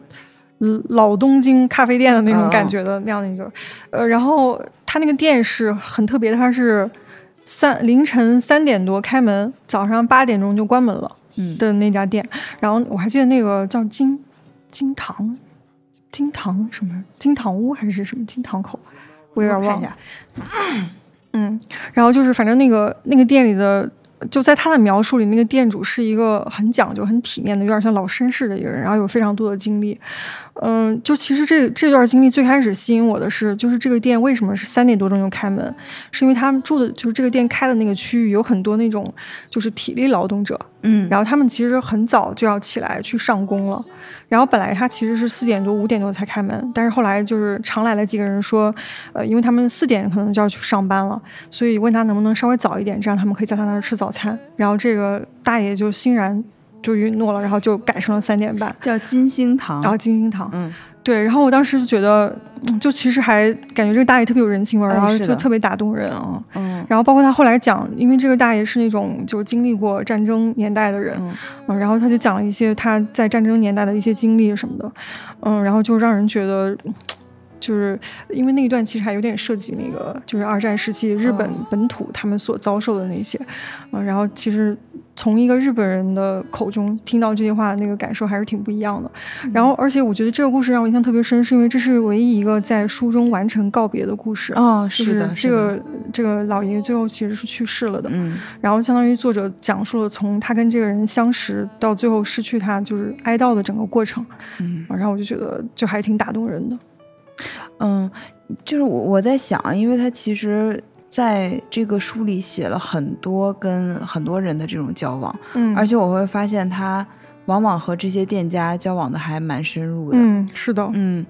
B: 老东京咖啡店的那种感觉的那样的一个，呃，然后他那个店是很特别，他是三凌晨三点多开门，早上八点钟就关门了
C: 嗯
B: 的那家店，然后我还记得那个叫金金堂，金堂什么金堂屋还是什么金堂口，我有点
C: 我看
B: 忘
C: 一
B: 了。
C: 下，
B: 嗯，然后就是反正那个那个店里的，就在他的描述里，那个店主是一个很讲究、很体面的，有点像老绅士的一个人，然后有非常多的经历。嗯，就其实这这段经历最开始吸引我的是，就是这个店为什么是三点多钟就开门，是因为他们住的就是这个店开的那个区域有很多那种就是体力劳动者，
C: 嗯
B: 然后他们其实很早就要起来去上工了，然后本来他其实是四点多五点多才开门，但是后来就是常来了几个人说，呃，因为他们四点可能就要去上班了，所以问他能不能稍微早一点，这样他们可以在他那儿吃早餐。然后这个大爷就欣然就允诺了，然后就改成了三点半，
C: 叫金星堂，
B: 然后金星堂。
C: 嗯
B: 对，然后我当时就觉得，嗯就其实还感觉这个大爷特别有人情味儿，
C: 哎
B: 然后
C: 是
B: 就
C: 的
B: 特别打动人啊。
C: 嗯
B: 然后包括他后来讲，因为这个大爷是那种就是经历过战争年代的人，
C: 嗯
B: 嗯然后他就讲了一些他在战争年代的一些经历什么的，嗯，然后就让人觉得。嗯就是因为那一段其实还有点涉及那个，就是二战时期日本
C: 嗯
B: 本土他们所遭受的那些，嗯，然后其实从一个日本人的口中听到这些话，那个感受还是挺不一样的。
C: 嗯
B: 然后，而且我觉得这个故事让我印象特别深，是因为这是唯一一个在书中完成告别的故事。
C: 哦，
B: 就是
C: 的，
B: 这
C: 是的
B: 个这个老爷爷最后其实是去世了的，
C: 嗯
B: 然后相当于作者讲述了从他跟这个人相识到最后失去他，就是哀悼的整个过程。啊
C: 嗯
B: 然后我就觉得就还挺打动人的。
C: 嗯，就是我我在想，因为他其实在这个书里写了很多跟很多人的这种交往，
B: 嗯
C: 而且我会发现他往往和这些店家交往的还蛮深入的，
B: 嗯，是的，
C: 嗯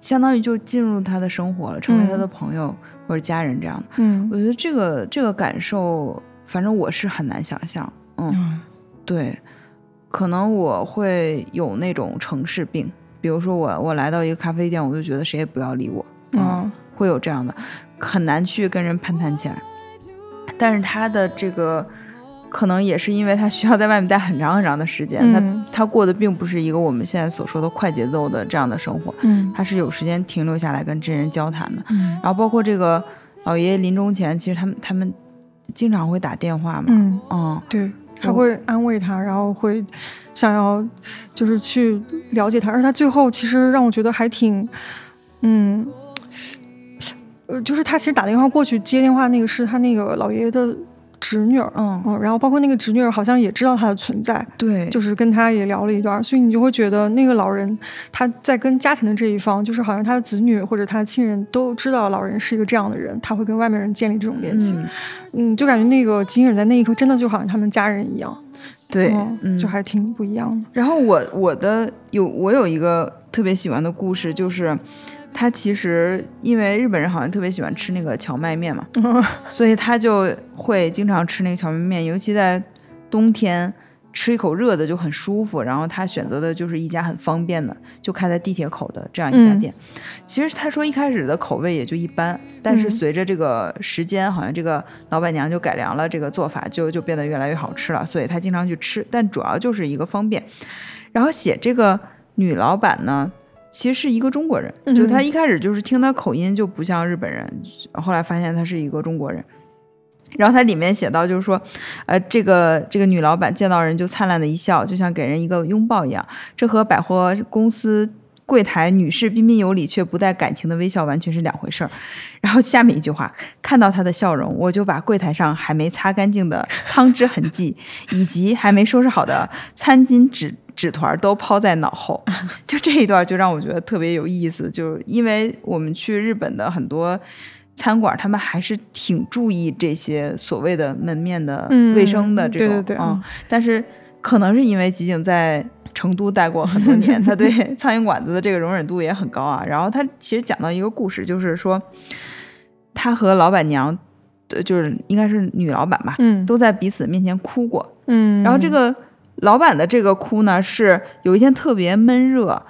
C: 相当于就进入他的生活了，成为他的
B: 嗯
C: 朋友或者家人这样的。
B: 嗯
C: 我觉得这个这个感受，反正我是很难想象，嗯，
B: 嗯
C: 对，可能我会有那种城市病。比如说我我来到一个咖啡店，我就觉得谁也不要理我，
B: 啊
C: 会有这样的，很难去跟人攀谈起来。但是他的这个，可能也是因为他需要在外面待很长很长的时间，
B: 嗯
C: 他他过的并不是一个我们现在所说的快节奏的这样的生活，
B: 嗯
C: 他是有时间停留下来跟真人交谈的。
B: 嗯
C: 然后包括这个老爷爷临终前，其实他们他们经常会打电话嘛，
B: 嗯，
C: 嗯
B: 对，还
C: 我
B: 会安慰他，然后会想要就是去了解他，而他最后其实让我觉得还挺，嗯。呃，就是他其实打电话过去接电话那个是他那个老爷爷的侄女儿，
C: 嗯，
B: 嗯，然后包括那个侄女儿好像也知道他的存在，
C: 对，
B: 就是跟他也聊了一段儿，所以你就会觉得那个老人他在跟家庭的这一方，就是好像他的子女或者他的亲人都知道老人是一个这样的人，他会跟外面人建立这种联系，
C: 嗯，
B: 嗯，就感觉那个金人在那一刻真的就好像他们家人一样，
C: 对，
B: 嗯，
C: 嗯
B: 就还挺不一样的，
C: 然后我我的有我有一个特别喜欢的故事，就是他其实因为日本人好像特别喜欢吃那个荞麦面 嘛，所以他就会经常吃那个荞麦面，尤其在冬天，吃一口热的就很舒服，然后他选择的就是一家很方便的，就开在地铁口的这样一家
B: 嗯
C: 店。其实他说一开始的口味也就一般，但是
B: 嗯
C: 随着这个时间，好像这个老板娘就改良了这个做法，就就变得越来越好吃了，所以他经常去吃，但主要就是一个方便。然后写这个女老板呢，其实是一个中国人，
B: 嗯
C: 就他一开始就是听他口音就不像日本人，后来发现他是一个中国人。然后他里面写到，就是说，呃，这个这个女老板见到人就灿烂的一笑，就像给人一个拥抱一样，这和百货公司柜台女士彬彬有礼却不带感情的微笑完全是两回事儿。然后下面一句话，看到她的笑容，我就把柜台上还没擦干净的汤汁痕迹， 以及还没收拾好的餐巾纸。纸团儿都抛在脑 后，就这一段就让我觉得特别有意思，就是因为我们去日本的很多餐馆，他们还是挺注意这些所谓的门面的
B: 嗯
C: 卫生的这
B: 对
C: 种，
B: 对对
C: 嗯，但是可能是因为吉井在成都待过很多 年，他对苍蝇馆子的这个容忍度也很高啊。然后他其实讲到一个故事，就是说他和老板娘，呃就是应该是女老板吧，
B: 嗯
C: 都在彼此面前哭过。
B: 嗯，
C: 然后这个老板的这个哭呢，是有一天特别闷热，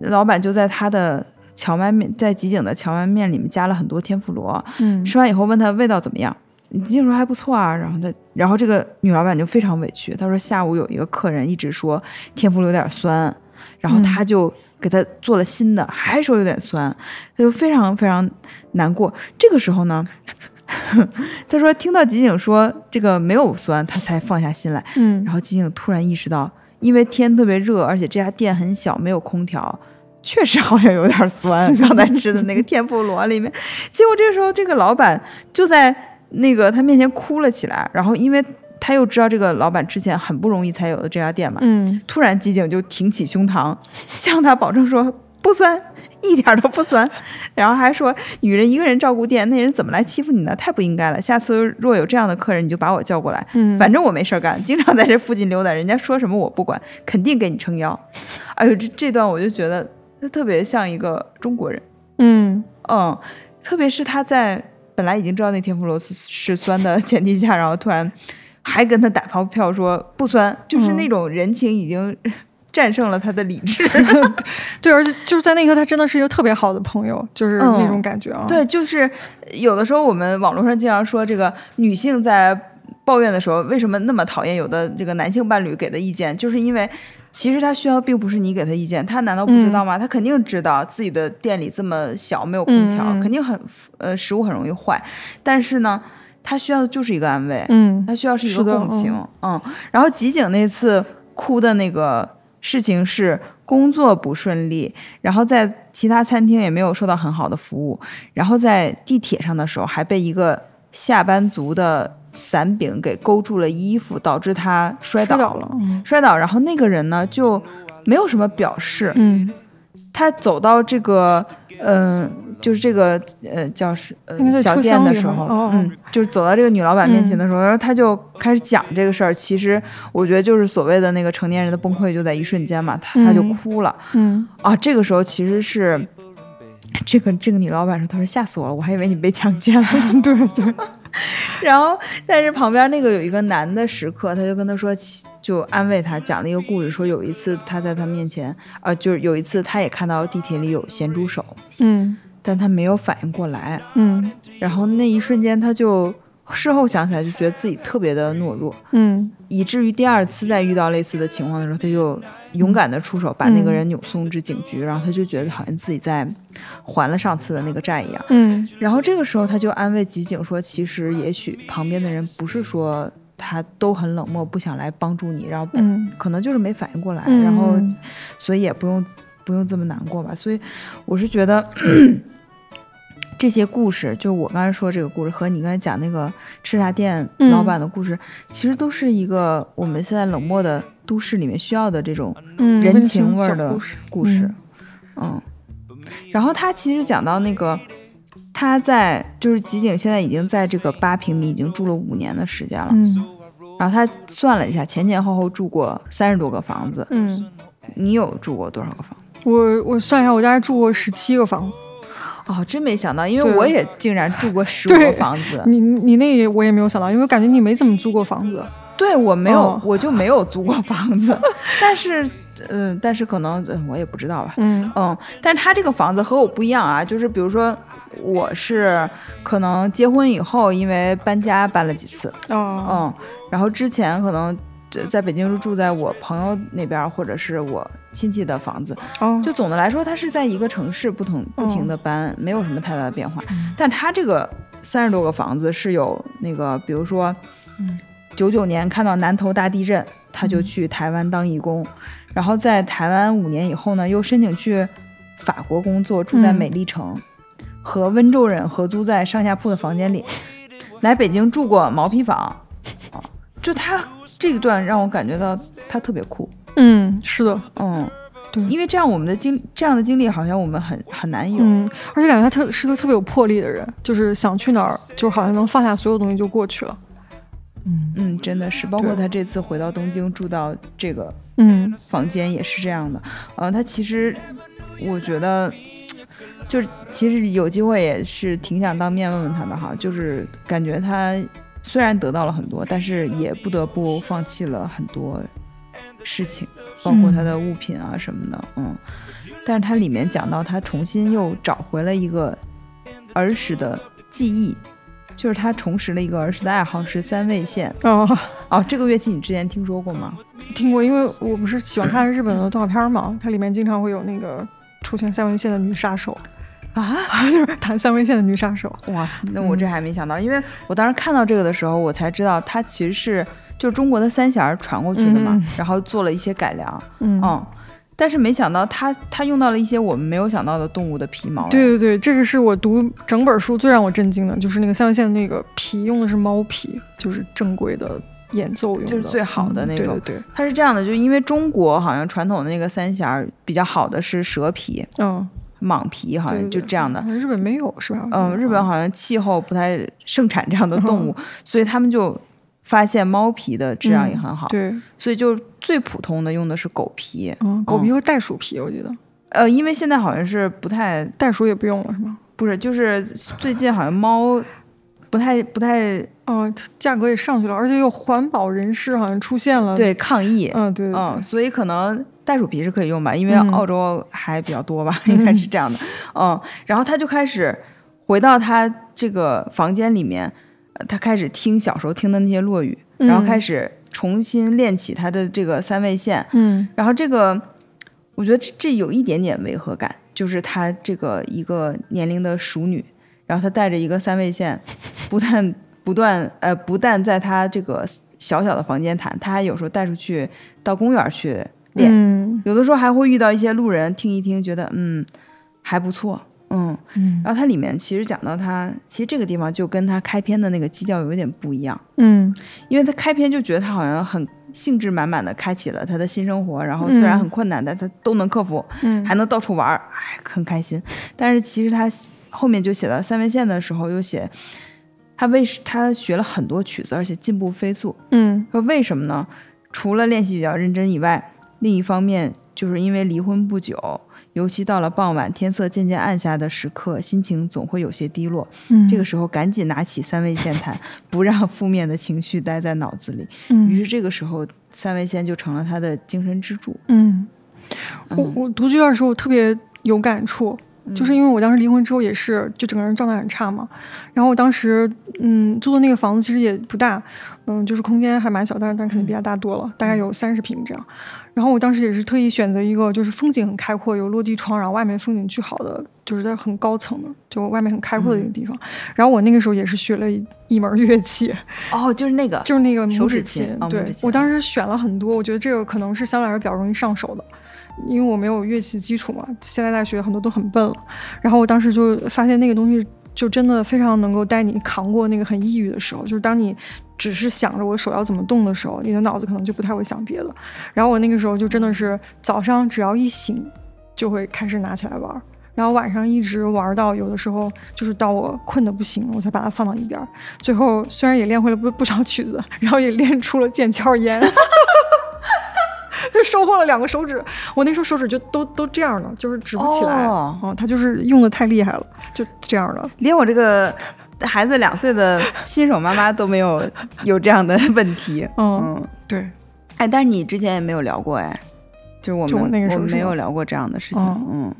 C: 老板就在他的荞麦面，在吉井的荞麦面里面加了很多天妇罗，
B: 嗯
C: 吃完以后问他味道怎么样，你进说还不错啊。然后他，然后这个女老板就非常委屈，她说下午有一个客人一直说天妇罗有点酸，然后
B: 嗯
C: 她就给他做了新的，还说有点酸，她就非常非常难过。这个时候呢。 她说：“听到吉井说这个没有酸，她才放下心来。
B: 嗯
C: 然后金靖突然意识到，因为天特别热，而且这家店很小，没有空调，确实好像有点酸。刚才吃的那个天妇罗里面，结果这时候这个老板就在那个他面前哭了起来。然后因为他又知道这个老板之前很不容易才有的这家店嘛，
B: 嗯
C: 突然吉井就挺起胸膛，向他保证说不酸，一点儿都不酸，然后还说女人一个人照顾店，那人怎么来欺负你呢？太不应该了！下次若有这样的客人，你就把我叫过来，
B: 嗯
C: 反正我没事儿干，经常在这附近溜达，人家说什么我不管，肯定给你撑腰。哎呦，这这段我就觉得他特别像一个中国人，
B: 嗯
C: 嗯，特别是他在本来已经知道那天妇罗是是酸的前提下，然后突然还跟他打包票说不酸，就是那种人情已经战胜了他的理智。
B: 对，而且就是在那一刻，他真的是一个特别好的朋友，就是
C: 嗯
B: 那种感觉啊。
C: 对，就是有的时候我们网络上经常说，这个女性在抱怨的时候，为什么那么讨厌有的这个男性伴侣给的意见，就是因为。其实他需要并不是你给他意见，他难道不知
B: 嗯
C: 道吗？他肯定知道自己的店里这么小，没有空调，
B: 嗯嗯
C: 肯定很呃食物很容易坏。但是呢，他需要的就是一个安慰，
B: 嗯
C: 他需要是一个
B: 是的
C: 共情，嗯然后吉井那次哭的那个事情是工作不顺利，然后在其他餐厅也没有受到很好的服务，然后在地铁上的时候还被一个下班族的伞柄给勾住了衣服，导致他摔
B: 摔
C: 倒
B: 倒了，嗯
C: 摔倒，然后那个人呢就没有什么表示，
B: 嗯，
C: 他走到这个，嗯、就是这个，呃，叫是呃
B: 嗯应该在
C: 小
B: 车
C: 店
B: 厢
C: 的
B: 里
C: 时
B: 吧
C: 候，
B: 哦
C: 嗯，就是走到这个女老板面前
B: 嗯
C: 的时候，然后他就开始讲这个事儿。其实我觉得就是所谓的那个成年人的崩溃就在一瞬间嘛，他他就
B: 嗯
C: 哭了、
B: 嗯，
C: 啊。这个时候其实是这个这个女老板说，她说吓死我了，我还以为你被强奸了。 对对。然后，但是旁边那个有一个男的食客，他就跟他说，其就安慰他，讲了一个故事，说有一次他在他面前，呃，就是有一次他也看到地铁里有咸猪手，
B: 嗯
C: 但他没有反应过来，
B: 嗯
C: 然后那一瞬间他就事后想起来就觉得自己特别的懦弱，
B: 嗯
C: 以至于第二次再遇到类似的情况的时候，他就勇敢的出手，把那个人扭送至警局，然后他就觉得好像自己在还了上次的那个债一样。
B: 嗯
C: 然后这个时候他就安慰吉井说，其实也许旁边的人不是说他都很冷漠，不想来帮助你，然后
B: 嗯，
C: 可能就是没反应过来，
B: 嗯
C: 然后所以也不用不用这么难过吧。所以我是觉得 这些故事，就我刚才说这个故事和你刚才讲那个吃茶店
B: 嗯
C: 老板的故事，其实都是一个我们现在冷漠的都市里面需要的这种
B: 嗯
C: 人
B: 温
C: 情
B: 馨
C: 味
B: 小
C: 儿的
B: 故事
C: 故事。嗯，然后他其实讲到那个。他在就是吉井，现在已经在这个八平米已经住了五年的时间了。
B: 嗯
C: 然后他算了一下，前前后后住过三十多个房子。
B: 嗯，
C: 你有住过多少个房？
B: 我我算一下，我大概住过十七个房子，
C: 哦，真没想到，因为
B: 对
C: 我也竟然住过十五个
B: 对
C: 房子。
B: 你你那个我也没有想到，因为我感觉你没怎么租过房子，
C: 对我没有，
B: 哦
C: 我就没有租过房 子，但是，嗯、但是可能、呃我也不知道吧，
B: 嗯
C: 嗯，但是他这个房子和我不一样啊，就是比如说我是可能结婚以后，因为搬家搬了几次，
B: 哦
C: 嗯，然后之前可能在在北京是住在我朋友那边儿或者是我亲戚的房子，
B: 哦，嗯
C: 就总的来说，它是在一个城市不同不停的搬，没有什么太大的变化。但它这个三十多个房子是有那个，比如说，
B: 嗯
C: 九九年看到南头大地震，他就去台湾当义
B: 嗯
C: 工，然后在台湾五年以后呢，又申请去法国工作，住在
B: 嗯
C: 美丽城，和温州人合租在上下铺的房间里，来北京住过毛坯房，啊，就他这一段让我感觉到他特别酷，
B: 嗯，是的，
C: 嗯，
B: 对
C: 因为这样我们的经这样的经历好像我们很很难有，
B: 嗯，而且感觉他特是个特别有魄力的人，就是想去哪儿，就是好像能放下所有东西就过去了。
E: 嗯，
C: 嗯，真的是，包括
B: 对
C: 他这次回到东京住到这个
B: 嗯
C: 房间也是这样的，嗯、他其实我觉得。就是其实有机会也是挺想当面问问他的哈，就是感觉他虽然得到了很多，但是也不得不放弃了很多事情，包括他的物品啊什么的，嗯。但是他里面讲到他重新又找回了一个儿时的记忆，就是他重拾了一个儿时的爱好是三味线。
B: 哦，
C: 哦，这个乐器你之前听说过吗？
B: 听过，因为我不是喜欢看日本的动画片儿嘛，它里面经常会有那个出现三味线的女杀手，
C: 啊，
B: 就是弹三味线的女杀手。
C: 哇，那我
B: 嗯
C: 这还没想到，因为我当时看到这个的时候，我才知道它其实是就是中国的三弦儿传过去的嘛，
B: 嗯
C: 然后做了一些改良，
B: 嗯
C: 嗯，但是没想到它它用到了一些我们没有想到的动物的皮毛，
B: 对，对对，这个是我读整本书最让我震惊的，就是那个三味线的那个皮用的是猫皮，就是正规的演奏用的，
C: 就是最好的
B: 嗯
C: 那种
B: 对对对，
C: 它是这样的，就因为中国好像传统的那个三弦儿比较好的是蛇皮、
B: 嗯，
C: 蟒皮，好
B: 对
C: 像
B: 对
C: 就
B: 对
C: 这样的
B: 好。像日本没有是吧？
C: 嗯，日本好像气候不太盛产这样的动物，
B: 嗯
C: 所以他们就发现猫皮的质量也很好，
B: 对，
C: 所以就最普通的用的是狗皮。
B: 嗯，狗
C: 嗯
B: 皮和袋鼠皮，我记得
C: 呃，因为现在好像是不太
B: 袋鼠也不用了是吗？
C: 不是，就是最近好像猫不太不太
B: 哦，它价格也上去了，而且有环保人士好像出现了，，
C: 对抗议，
B: 嗯对，对
C: 嗯，所以可能袋鼠皮是可以用吧，因为
B: 嗯
C: 澳洲还比较多吧，应该是这样的，嗯，然后他就开始回到他这个房间里面，呃他开始听小时候听的那些落语，然后
B: 嗯
C: 开始重新练起他的这个三味线，
B: 嗯
C: 然后这个，我觉得这这有一点点违和感，就是她这个一个年龄的熟女，然后她带着一个三味线，不但不断 呃不但在她这个小小的房间弹，她还有时候带出去到公园去练，
B: 嗯
C: 有的时候还会遇到一些路人听一听，觉得嗯还不错，嗯
E: 嗯
C: 然后它里面其实讲到她，其实这个地方就跟她开篇的那个基调有一点不一样。
B: 嗯
C: 因为他开篇就觉得他好像很兴致满满的开启了他的新生活，然后虽然
B: 嗯
C: 很困难，但他都能克服，
B: 嗯
C: 还能到处玩儿，哎，很开心。但是其实他后面就写到三味线的时候，又写他为他学了很多曲子，而且进步飞速。
B: 嗯
C: 说为什么呢？除了练习比较认真以外，另一方面就是因为离婚不久，尤其到了傍晚，天色渐渐暗下的时刻，心情总会有些低落。
B: 嗯，
C: 这个时候赶紧拿起三味线弹，不让负面的情绪待在脑子里。于
B: 嗯
C: 是这个时候，三味线就成了他的精神支柱。
B: 嗯，我
C: 嗯
B: 我读这段的时候我特别有感触，就是因为我当时离婚之后也是，就整个人状态很差嘛。然后我当时，嗯，租的那个房子其实也不大，嗯，就是空间还蛮小，但是但肯定比它大多了，大概有三十平这样。然后我当时也是特意选择一个就是风景很开阔，有落地窗，然后外面风景巨好的，就是在很高层的，就外面很开阔的一个地方。然后我那个时候也是学了一一门乐器，
C: 哦，就是那个，
B: 就是那个
C: 手
B: 拇
C: 指
B: 指
C: 琴啊拇
B: 对
C: 指琴
B: 我当时选了很多，我觉得这个可能是相对来说比较容易上手的，因为我没有乐器基础嘛，现在大学很多都很笨了。然后我当时就发现那个东西就真的非常能够带你扛过那个很抑郁的时候，就是当你。只是想着我手要怎么动的时候，你的脑子可能就不太会想别的。然后我那个时候就真的是早上只要一醒，就会开始拿起来玩儿，然后晚上一直玩到有的时候就是到我困得不行了，我才把它放到一边儿。最后虽然也练会了不不少曲子， 然后也练出了腱鞘炎， 就收获了两个手指。我那时候手指就都都这样的，就是直不起来。
C: 哦
B: 哦，他就是用的太厉害了，就这样的。
C: 连我这个孩子两岁的新手妈妈都没 有有这样的问题。
B: 嗯，
C: 嗯，
B: 对，
C: 哎，但是你之前也没有聊过哎，就是我
B: 就
C: 们
B: 我那个时候
C: 们
B: 是
C: 没
B: 吗
C: 有聊过这样的事情。
B: 哦
C: 嗯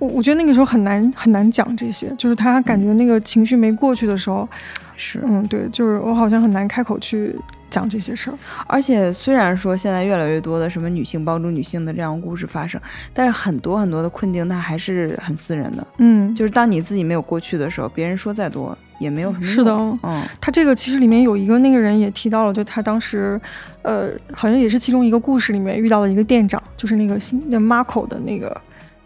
B: 我我觉得那个时候很难很难讲这些，就是他感觉那个情绪没过去的时候，
C: 是，
B: 嗯，对，就是我好像很难开口去讲这些事儿。
C: 而且虽然说现在越来越多的什么女性帮助女性的这样的故事发生，但是很多很多的困境它还是很私人的。
B: 嗯，
C: 就是当你自己没有过去的时候，别人说再多也没有什么用。
B: 是的，哦
C: 嗯，
B: 他这个其实里面有一个那个人也提到了，就他当时，呃，好像也是其中一个故事里面遇到的一个店长，就是那个新那 Marco 的那个，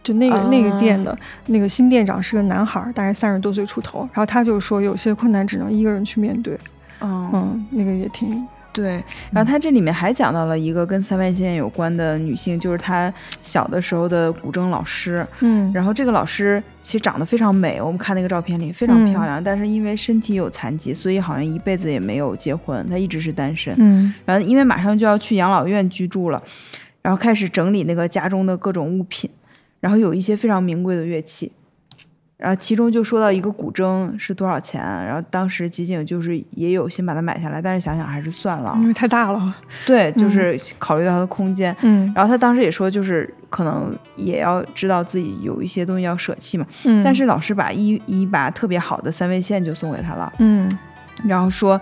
B: 就那个、那个店的那个新店长是个男孩儿，大概三十多岁出头，然后他就说有些困难只能一个人去面对，
C: 嗯
B: 嗯，那个也挺，
C: 对。然后他这里面还讲到了一个跟三外线有关的女性，就是她小的时候的古筝老师。
B: 嗯，
C: 然后这个老师其实长得非常美，我们看那个照片里非常
B: 嗯
C: 漂亮，但是因为身体有残疾，所以好像一辈子也没有结婚，她一直是单身。
B: 嗯
C: 然后因为马上就要去养老院居住了，然后开始整理那个家中的各种物品，然后有一些非常名贵的乐器，然后其中就说到一个古筝是多少钱，然后当时吉景就是也有心把它买下来，但是想想还是算了啊，
B: 因为太大了，
C: 对，就是考虑到它的空间。
B: 嗯
C: 然后他当时也说，就是可能也要知道自己有一些东西要舍弃嘛。
B: 嗯，
C: 但是老师把一一把特别好的三味线就送给他了，
B: 嗯
C: 然后说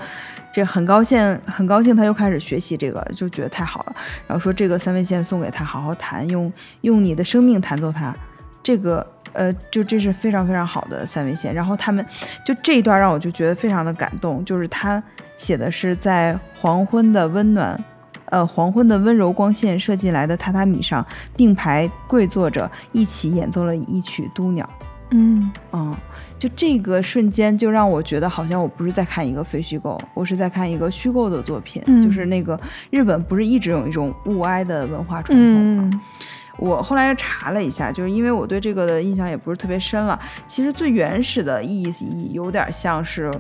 C: 这很高兴，很高兴，他又开始学习这个，就觉得太好了。然后说这个三味线送给他，好好弹，用用你的生命弹奏它。这个呃，就这是非常非常好的三味线。然后他们就这一段让我就觉得非常的感动，就是他写的是在黄昏的温暖。呃，黄昏的温柔光线射进来的榻榻米上，并排跪坐着，一起演奏了一曲《都鸟》。
B: 嗯
C: 嗯，就这个瞬间就让我觉得，好像我不是在看一个非虚构，我是在看一个虚构的作品。
B: 嗯
C: 就是那个日本不是一直有一种物哀的文化传统吗？
B: 嗯
C: 我后来又查了一下，就是因为我对这个的印象也不是特别深了。其实最原始的意义有点像是，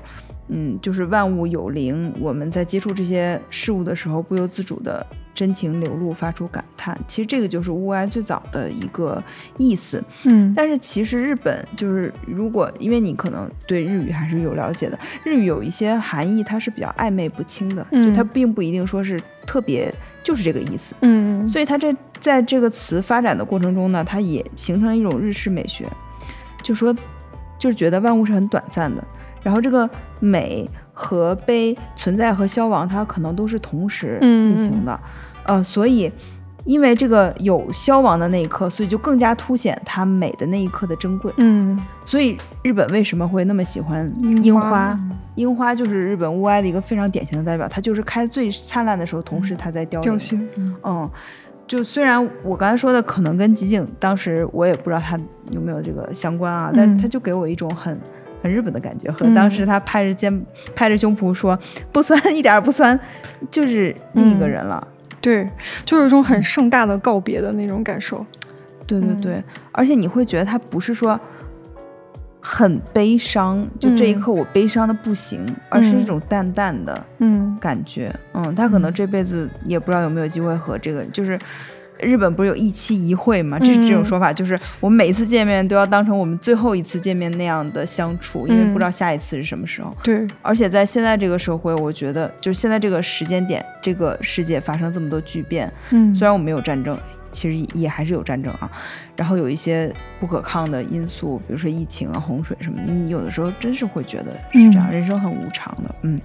C: 嗯，就是万物有灵，我们在接触这些事物的时候，不由自主的真情流露，发出感叹。其实这个就是物哀最早的一个意思。
B: 嗯，
C: 但是其实日本就是，如果因为你可能对日语还是有了解的，日语有一些含义它是比较暧昧不清的，
B: 嗯
C: 就它并不一定说是特别就是这个意思。
B: 嗯
C: 所以它这在这个词发展的过程中呢，它也形成一种日式美学，就说就是觉得万物是很短暂的，然后这个美和悲存在和消亡，它可能都是同时进行的，呃，所以。因为这个有消亡的那一刻，所以就更加凸显它美的那一刻的珍贵。
B: 嗯
C: 所以日本为什么会那么喜欢樱
B: 樱
C: 花
B: 花？
C: 樱花就是日本物哀的一个非常典型的代表，它就是开最灿烂的时候，同时它在凋
B: 掉
C: 零。
B: 线，
C: 嗯，就虽然我刚才说的可能跟集景当时我也不知道他有没有这个相关啊，但
B: 嗯
C: 是他就给我一种很。很日本的感觉，和
B: 嗯
C: 当时他拍着肩、拍着胸脯说“不酸， 一点儿不酸”，就是另一个
B: 嗯
C: 人了。
B: 对，就有一种很盛大的告别的那种感受。
C: 对对
B: 嗯
C: 对，而且你会觉得他不是说很悲伤，就这一
B: 嗯
C: 刻我悲伤的不行，而是一
B: 嗯
C: 种淡淡的
B: 嗯
C: 感觉。嗯，他可能这辈子也不知道有没有机会和这个就是。日本不是有一期一会嘛？这是这种
B: 嗯
C: 说法，就是我们每一次见面都要当成我们最后一次见面那样的相处，因为
B: 嗯
C: 不知道下一次是什么时候。，
B: 对，
C: 而且在现在这个社会，我觉得就是现在这个时间点，这个世界发生这么多巨变，
B: 嗯，
C: 虽然我们有战争，其实也还是有战争啊，然后有一些不可抗的因素，比如说疫情啊、洪水什么，你有的时候真是会觉得是这样，
B: 嗯
C: 人生很无常的。嗯，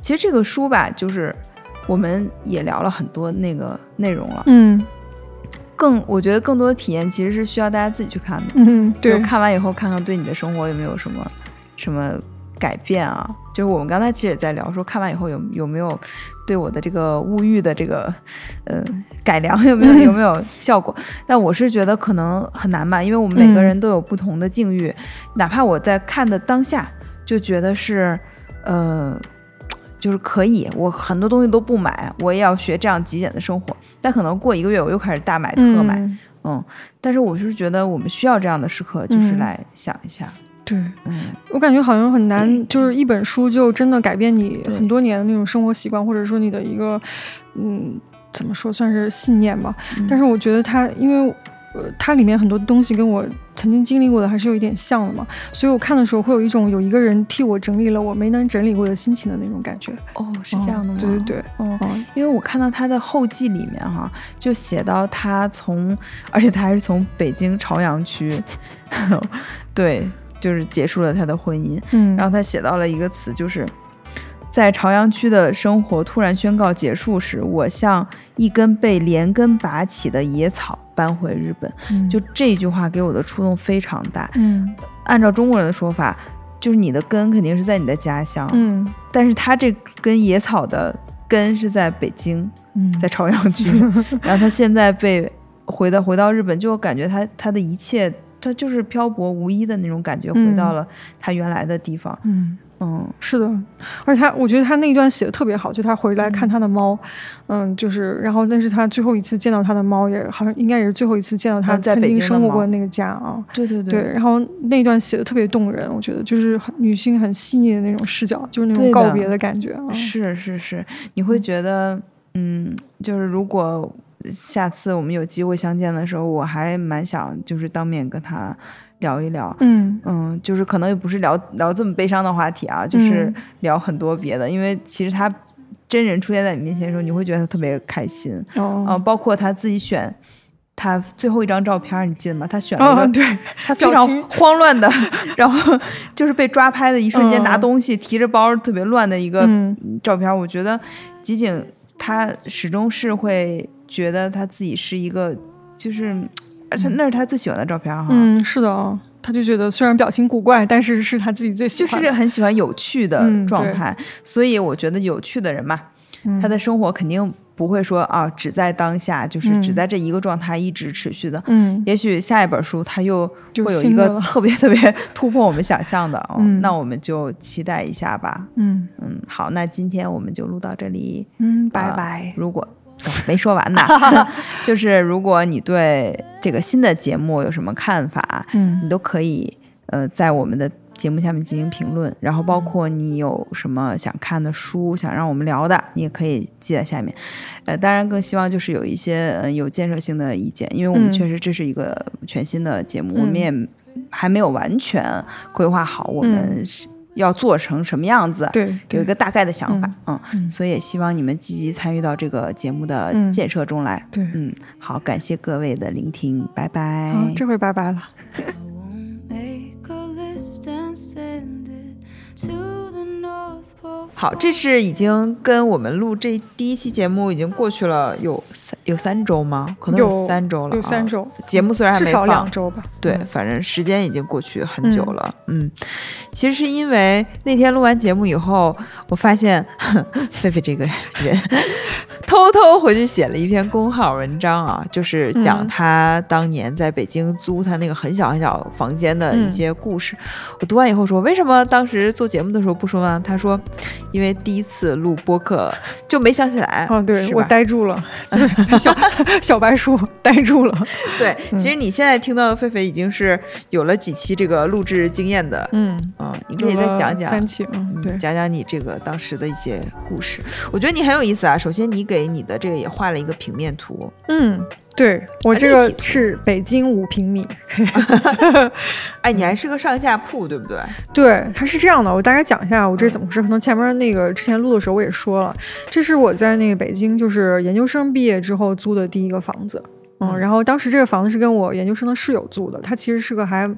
C: 其实这个书吧，就是我们也聊了很多那个内容了，
B: 嗯
C: 更我觉得更多的体验其实是需要大家自己去看的，
B: 嗯，
C: 就
B: 对，
C: 看完以后看看对你的生活有没有什么什么。改变啊，就是我们刚才其实也在聊说，看完以后有有没有对我的这个物欲的这个呃改良有
B: 嗯
C: 没有有没有效果？但我是觉得可能很难吧，因为我们每个
B: 嗯
C: 人都有不同的境遇，哪怕我在看的当下就觉得是呃就是可以，我很多东西都不买，我也要学这样极简的生活。但可能过一个月我又开始大买特买，嗯
B: 嗯、
C: 但是我就是觉得我们需要这样的时刻，就是
B: 嗯
C: 来想一下，
B: 对
C: 嗯，
B: 我感觉好像很难，就是一本书就真的改变你
C: 对
B: 很多年的那种生活习惯，或者说你的一个嗯，怎么说算是信念吧。但是我觉得它，因为呃，它里面很多东西跟我曾经经历过的还是有一点像的嘛，所以我看的时候会有一种有一个人替我整理了我没能整理过的心情的那种感觉。
A: 哦，是这样的吗？
B: 对对对，嗯，
A: 哦，
C: 因为我看到他的后记里面哈，就写到他从，而且他还是从北京朝阳区， 对，就是结束了他的婚姻。
B: 嗯
C: 然后他写到了一个词，就是在朝阳区的生活突然宣告结束时，我像一根被连根拔起的野草搬回日本。
B: 嗯
C: 就这句话给我的触动非常大。
B: 嗯
C: 按照中国人的说法，就是你的根肯定是在你的家乡，
B: 嗯
C: 但是他这根野草的根是在北京，
B: 嗯，
C: 在朝阳 区，然后他现在被回到回到日本，就感觉他他的一切，他就是漂泊无依的那种感觉，回到
B: 嗯
C: 了他原来的地方。
B: 嗯。
C: 嗯，
B: 是的，而且他，我觉得他那一段写的特别好，就他回来看他的猫，嗯，就是，然后那是他最后一次见到他的猫，也好像应该也是最后一次见到他
C: 啊在
B: 曾
C: 北京
B: 经
C: 的
B: 生活
C: 猫
B: 过的那个家啊。
C: 对对
B: 对，然后那一段写的特别动人，我觉得就是很女性很细腻的那种视角，就是那
C: 对
B: 种
C: 的
B: 告别的感觉啊。
C: 是是是，你会觉得，嗯，就是如果下次我们有机会相见的时候，我还蛮想就是当面跟他聊一聊。
B: 嗯
C: 嗯，就是可能也不是聊聊这么悲伤的话题啊，
B: 嗯
C: 就是聊很多别的，因为其实他真人出现在你面前的时候，你会觉得他特别开心，嗯、
B: 哦
C: 包括他自己选他最后一张照片儿，你记得吗？他选了一个、
B: 哦对，
C: 他非
B: 表
C: 常
B: 情
C: 慌乱的， 然后就是被抓拍的一瞬间拿
B: 嗯
C: 东西、提着包特别乱的一个
B: 嗯
C: 照片儿，我觉得吉井他始终是会觉得他自己是一个，就是而且那是他最喜欢的照片儿哈，
B: 嗯，是的啊，他就觉得虽然表情古怪，但是是他自己最喜
C: 就
B: 欢
C: 是
B: 的。
C: 很喜欢有趣的
B: 嗯
C: 状
B: 对
C: 态，所以我觉得有趣的人嘛，
B: 嗯
C: 他的生活肯定不会说啊只在当下，就是只
B: 嗯
C: 在这一个状态一直持续的，
B: 嗯
C: 也许下一本书它又
B: 就
C: 会有一
B: 新的
C: 个
B: 了
C: 特别特别突破我们想象的、哦
B: 嗯
C: 那我们就期待一下吧。
B: 嗯
C: 嗯，好，那今天我们就录到这里，
B: 嗯，拜
C: 呃
B: 拜。
C: 如果、哦没说完呢， 就是如果你对这个新的节目有什么看法，
B: 嗯
C: 你都可以呃在我们的节目下面进行评论，然后包括你有什么想看的书，想让我们聊的，你也可以记在下面。呃，当然更希望就是有一些呃有建设性的意见，因为我们
B: 嗯
C: 确实这是一个呃全新的节目，我们
B: 嗯
C: 也还没有完全规划好我们是要做成什么样子。
B: 嗯对
C: 有
B: 对
C: 一个大概的想法，嗯，
B: 嗯
C: 所以也希望你们积极参与到这个节目的
B: 嗯
C: 建设中来。
B: 对，
C: 嗯，好，感谢各位的聆听，拜拜。
B: 好，这回拜拜了。
E: I won't make a list and send it to the North Pole.
C: 好，这是已经跟我们录这第一期节目已经过去了有三有三周吗？可能
B: 有
C: 三周了、啊，
B: 有三。周，
C: 节目虽然还
B: 至
C: 没
B: 少
C: 放，
B: 两周吧。
C: 对，反正时间已经过去很久了。嗯，其实是因为那天录完节目以后，我发现 狒狒这个人偷偷回去写了一篇公号文章啊，就是讲
B: 嗯
C: 他当年在北京租他那个很小很小房间的一
B: 嗯
C: 些故事。我读完以后说，为什么当时做节目的时候不说呢？他说，因为第一次录播客就没想起来。
B: 哦，对
C: 哎是
B: 我
C: 吧
B: 呆 住了，就是小 小白鼠 呆住了。
C: 对，
B: 嗯
C: 其实你现在听到的狒狒已经是有了几期这个录制经验的。
B: 嗯，
C: 嗯，你可以再讲讲
B: 三期，嗯，
C: 嗯
B: 对，
C: 讲讲你这个当时的一些故事。我觉得你很有意思啊。首先，你给你的这个也画了一个平面图，
B: 嗯，对我
C: 啊
B: 这
C: 立
B: 个
C: 体图
B: 是北京五平米，
C: 哎，
B: 嗯
C: 你还是个上下铺，对不对？
B: 对，它是这样的，我大概讲一下我这是怎么回事。可能前面那个之前录的时候我也说了，这是我在那个北京就是研究生毕业之后租的第一个房子。嗯，
C: 嗯
B: 然后当时这个房子是跟我研究生的室友租的，它其实是个还，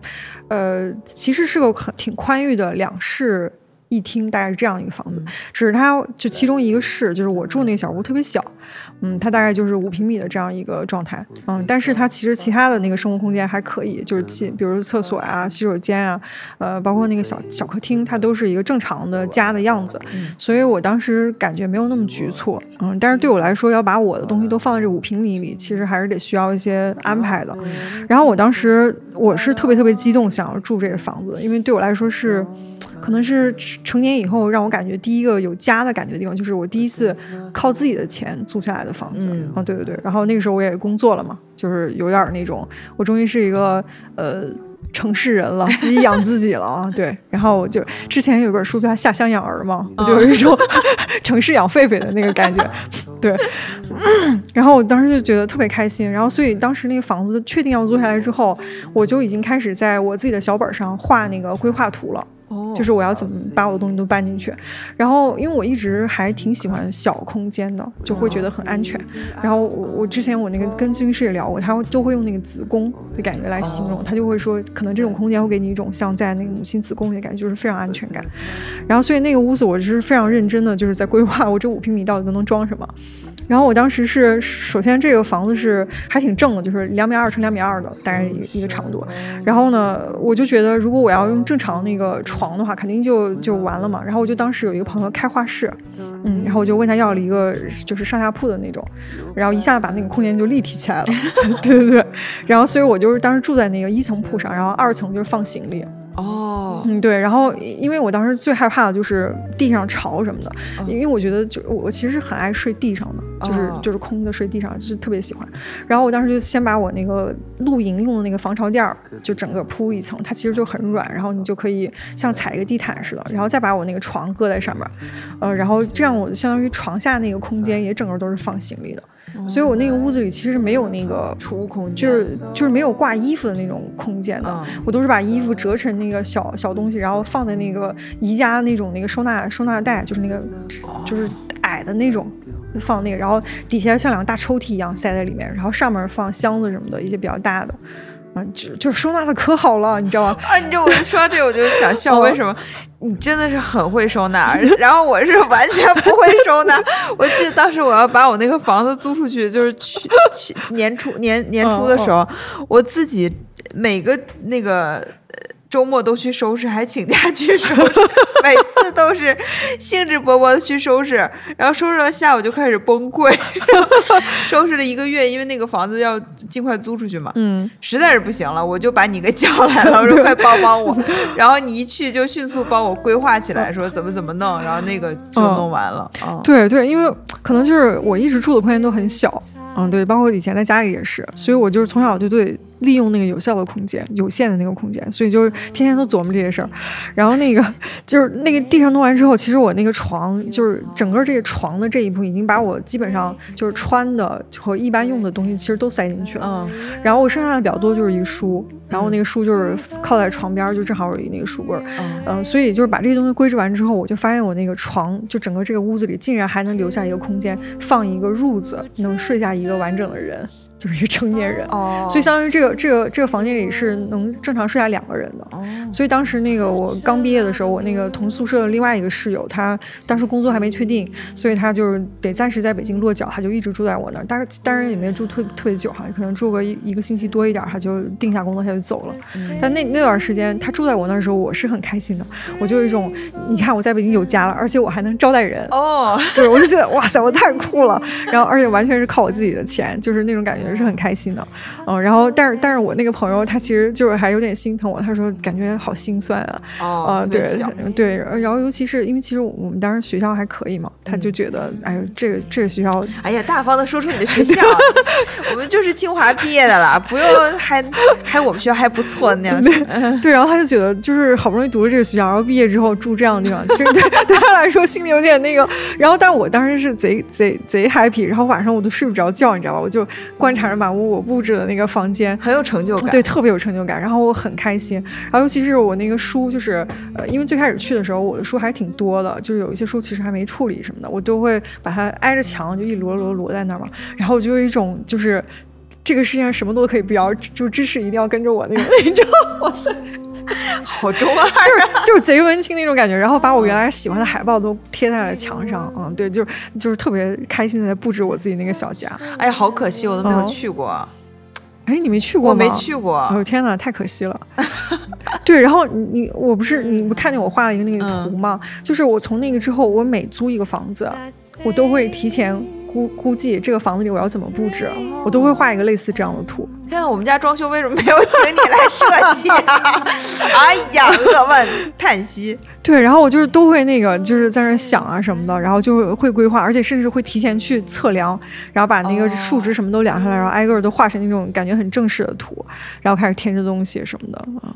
B: 呃，其实是个很挺宽裕的两室一厅，大概是这样一个房子。只是它就其中一个室，就是我住那个小屋特别小，嗯，它大概就是五平米的这样一个状态，嗯，但是它其实其他的那个生活空间还可以，就是其比如厕所啊、洗手间啊，呃，包括那个小小客厅，它都是一个正常的家的样子，所以我当时感觉没有那么局促，嗯，但是对我来说，要把我的东西都放在这五平米里，其实还是得需要一些安排的。然后我当时我是特别特别激动，想要住这个房子，因为对我来说是，可能是成年以后让我感觉第一个有家的感觉的地方，就是我第一次靠自己的钱租下来的房子。
C: 嗯
B: 啊，对对对。然后那个时候我也工作了嘛，就是有点儿那种，我终于是一个呃。城市人了，自己养自己了啊。对，然后我就之前有一本书叫《下乡养儿》嘛，我就有一种 城市养狒狒的那个感觉。对， 然后我当时就觉得特别开心，然后所以当时那个房子确定要租下来之后，我就已经开始在我自己的小本上画那个规划图了。
C: 哦
B: 就是我要怎么把我的东西都搬进去，然后因为我一直还挺喜欢小空间的，就会觉得很安全。然后我我之前我那个跟咨询师也聊过，他就会用那个子宫的感觉来形容，他就会说，可能这种空间会给你一种像在那个母亲子宫里的感觉，就是非常安全感。然后所以那个屋子我是非常认真的，就是在规划我这五平米到底都能装什么。然后我当时是，首先这个房子是还挺正的，就是两米二乘两米二的，大概一个一个长度。然后呢，我就觉得如果我要用正常那个床的话，肯定就就完了嘛。然后我就当时有一个朋友开画室，嗯，然后我就问他要了一个就是上下铺的那种，然后一下把那个空间就立体起来了。 对对对。然后所以我就是当时住在那个一层铺上，然后二层就是放行李。
C: 哦，
B: 嗯，对。然后，因为我当时最害怕的就是地上潮什么的，因为我觉得就我其实是很爱睡地上的，就是、
C: 哦
B: 就是空的睡地上，就是特别喜欢。然后我当时就先把我那个露营用的那个防潮垫儿，就整个铺一层，它其实就很软，然后你就可以像踩一个地毯似的，然后再把我那个床搁在上面，呃，然后这样我相当于床下那个空间也整个都是放行李的，所以我那个屋子里其实没有那个
C: 储物空间
B: 就是就是没有挂衣服的那种空间的，
C: 嗯
B: 我都是把衣服折成那个小小东西，然后放在那个宜家那种那个收纳收纳袋，就是那个就是矮的那种。放那个，然后底下像两个大抽屉一样塞在里面，然后上面放箱子什么的，一些比较大的，嗯，就就收纳的可好了，你知道吗？
C: 啊，你知道我就说这个，我就想笑，
B: 哦
C: 为什么？你真的是很会收纳，然后我是完全不会收纳。我记得当时我要把我那个房子租出去，就是去去年初年年初的时候，我自己每个那个呃周末都去收拾，还请假去收拾，每次都是兴致勃勃的去收拾，然后收拾到下午就开始崩溃，然后收拾了一个月，因为那个房子要尽快租出去嘛，
B: 嗯，
C: 实在是不行了，我就把你给叫来 了，我说快帮帮我。然后你一去就迅速帮我规划起来，说怎么怎么弄，然后那个就
B: 嗯
C: 弄完了。嗯，
B: 对对，因为可能就是我一直住的空间都很小，嗯，对，包括以前在家里也是，所以我就是从小就对利用那个有效的空间、有限的那个空间，所以就是天天都琢磨这些事儿。然后那个就是那个地上弄完之后，其实我那个床就是整个这个床的这一部已经把我基本上就是穿的和一般用的东西其实都塞进去了。
C: 嗯，
B: 然后我剩下的比较多就是一个书，然后那个书就是靠在床边儿，就正好有一那个书柜儿，
C: 嗯
B: 嗯、所以就是把这些东西归置完之后，我就发现我那个床，就整个这个屋子里竟然还能留下一个空间，放一个褥子，能睡下一个完整的人， 就是一个成年人。
C: 哦
B: 所以相当于这个这个这个房间里是能正常睡下两个人
C: 哦
B: 的，
C: 嗯
B: 所以当时那个我刚毕业的时候，我那个同宿舍的另外一个室友，他当时工作还没确定，所以他就是得暂时在北京落脚，他就一直住在我那儿，但是当然也没住特特别久哈，可能住个一一个星期多一点儿，他就定下工作他就走了。但那那段时间他住在我那儿的时候，我是很开心的，我就有一种你看我在北京有家了，而且我还能招待人，
C: 哦，
B: 对，我就觉得哇塞，我太酷了。然后，而且完全是靠我自己的钱，就是那种感觉是很开心的。嗯，然后，但是，但是我那个朋友他其实就是还有点心疼我，他说感觉好心酸啊。
C: 哦
B: 啊、
C: 特
B: 对
C: 别小
B: 对，然后尤其是因为其实我们当时学校还可以嘛，他
C: 嗯
B: 就觉得哎呦，这个这个学校
C: 哎呀，大方的说出你的学校，啊 我们就是清华毕业的啦，不用还还我们学校还不错那样子。
B: 对，然后他就觉得就是好不容易读了这个学校，然后毕业之后住这样的地方，其实对 对他来说心里有点那个。然后，但我当时是贼贼贼 happy，然后晚上我都睡不着觉，你知道吧？我就观察着满屋我布置的那个房间，
C: 很有成就感，
B: 对，特别有成就感。然后我很开心，然后尤其是我那个书，就是呃，因为最开始去的时候，我的书还挺多的，就是有一些书其实还没处理什么的，我都会把它挨着墙就一摞摞摞在那儿嘛。然后我就有一种就是。这个世界上什么都可以不要，就知识一定要跟着我那个那种， 哇塞，
C: 好中二。啊
B: 就是就是贼文青那种感觉。然后把我原来喜欢的海报都贴在了墙上，嗯，对，就是就是特别开心的在布置我自己那个小家。
C: 哎呀，好可惜，我都没有
B: 哦
C: 去过，
B: 哎，你没去过
C: 我
B: 吗？
C: 没去
A: 啊
C: 过。
B: 哦天哪，太可惜了。 对，然后你你我不是你不看见我画了一个那个
A: 嗯
B: 图吗？就是我从那个之后，我每租一个房子，我都会提前估估计这个房子里我要怎么布置，我都会画一个类似这样的图。
C: 天呐，我们家装
A: 啊
C: 修为什么没有请你来设计啊？哎呀，扼腕叹息。
B: 对，然后我就是都会那个，就是在那儿想啊什么的，然后就会规划，而且甚至会提前去测量，然后把那
A: 哦
B: 个数值什么都量下来，然后挨个儿都画成那种感觉很正式的图，然后开始添置东西什么的啊。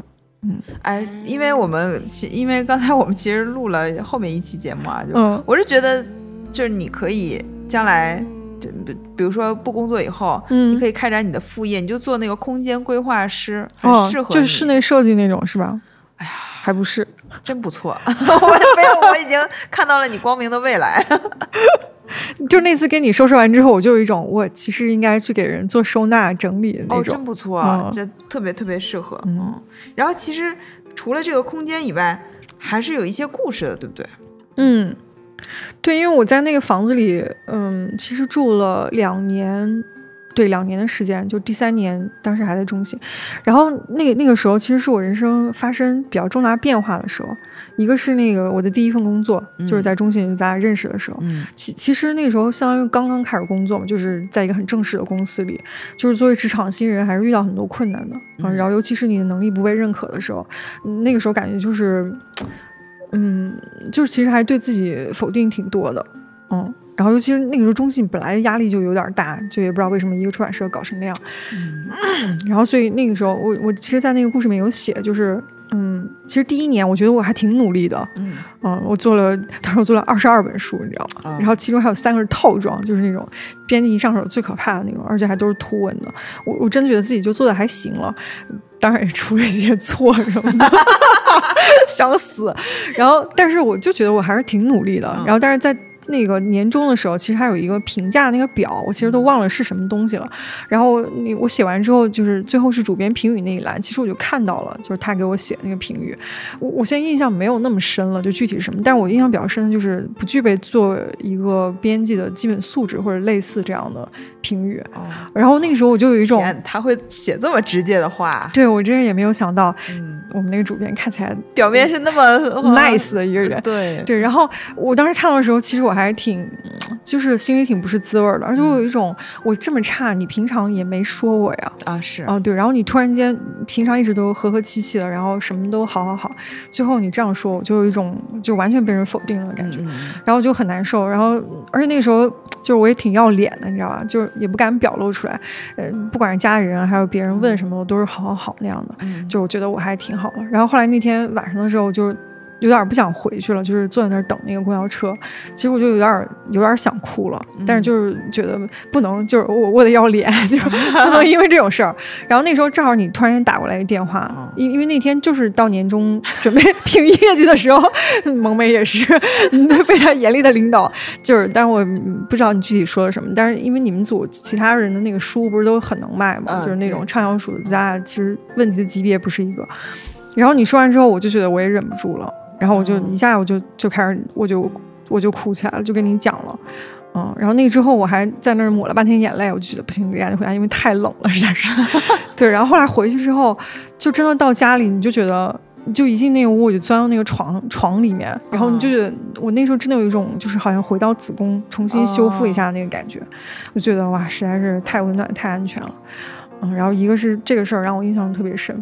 A: 哎，因为我们其因为刚才我们其实录了后面一期节目啊，就
B: 嗯
A: 我是觉得就是你可以将来。就比比如说不工作以后，
B: 嗯
A: 你可以开展你的副业，你就做那个空间规划师，很
B: 哦
A: 适，合
B: 就是
A: 你
B: 室内设计那种是吧？哎呀，还不是，
A: 真不错。 我没有，我已经看到了你光明的未来。
B: 就那次给你收拾完之后，我就有一种我其实应该去给人做收纳整理的那
A: 哦，
B: 种。
A: 真不错，
B: 嗯
A: 这特别特别适合。
B: 嗯
A: 嗯，然后其实除了这个空间以外，还是有一些故事的，对不对？
B: 嗯，对，因为我在那个房子里，嗯，其实住了两年，对，两年的时间，就第三年，当时还在中信。然后那个那个时候，其实是我人生发生比较重大变化的时候，一个是那个我的第一份工作，就是
A: 嗯
B: 在中信，就咱俩认识的时候。
A: 嗯
B: 其其实那个时候相当于刚刚开始工作嘛，就是在一个很正式的公司里，就是作为职场新人还是遇到很多困难的。啊，然后尤其是你的能力不被认可的时候，嗯那个时候感觉就是，嗯，就是其实还对自己否定挺多的，嗯。然后尤其是那个时候中信本来压力就有点大，就也不知道为什么一个出版社搞成那样。
A: 嗯
B: 然后所以那个时候我我其实，在那个故事里面有写，就是嗯，其实第一年我觉得我还挺努力的，
A: 嗯，
B: 嗯，我做了，当时我做了二十二本书，你知道吗？然后其中还有三个是套装，就是那种编辑一上手最可怕的那种，而且还都是图文的。我我真觉得自己就做的还行了，当然也出了一些错什么的， 想死。然后，但是我就觉得我还是挺努力的。然后，但是在那个年终的时候，其实还有一个评价那个表，我其实都忘了是什么东西了。然后你我写完之后，就是最后是主编评语那一栏，其实我就看到了，就是他给我写那个评语。我我现在印象没有那么深了，就具体是什么，但是我印象比较深的就是不具备做一个编辑的基本素质或者类似这样的评语。
A: 哦，
B: 然后那个时候我就有一种，
A: 天，他会写这么直接的话，
B: 对我真是也没有想到，
A: 嗯，
B: 我们那个主编看起来
A: 表面是那
C: 哦
A: 么
B: nice 的一个 人。
A: 对，
B: 对，然后我当时看到的时候，其实我还挺，嗯就是心里挺不是滋味儿的，而且我有一种，我这么差，你平常也没说我呀，
A: 啊是
B: 啊，对，然后你突然间平常一直都和和气气的，然后什么都好好好，最后你这样说，我就有一种就完全被人否定了的感觉，然后就很难受，然后而且那个时候就是我也挺要脸的，你知道吧？就是也不敢表露出来，呃，不管是家里人啊还有别人问什么，我都是好好好那样的，
A: 嗯
C: 嗯
B: 就我觉得我还挺好的。然后后来那天晚上的时候，我就有点不想回去了，就是坐在那儿等那个公交车，其实我就有点有点想哭了，但是就是觉得不能，就是我我得要脸， 就是不能因为这种事儿。然后那时候正好你突然间打过来一电话，因因为那天就是到年终准备 评业绩的时候， 萌妹也是 被他严厉的领导，就是，但是我嗯不知道你具体说了什么，但是因为你们组其他人的那个书不是都很能卖嘛，
A: 嗯
B: 就是那
A: 对
B: 种畅销书，咱俩其实问题的级别不是一个。然后你说完之后，我就觉得我也忍不住了，然后我就
A: 嗯
B: 一下我就就开始我就我就哭起来了，就跟你讲了。嗯，然后那个之后我还在那儿抹了半天眼泪，我就觉得不行，得赶紧回家，因为太冷了，实在是。 对，然后后来回去之后，就真的到家里，你就觉得，就一进那个屋，我就钻到那个床床里面，然后你
A: 嗯
B: 就觉得，我那时候真的有一种就是好像回到子宫，重新修复一
A: 哦
B: 下那个感觉，我觉得哇，实在是太温暖、太安全了。嗯，然后一个是这个事儿让我印象特别深，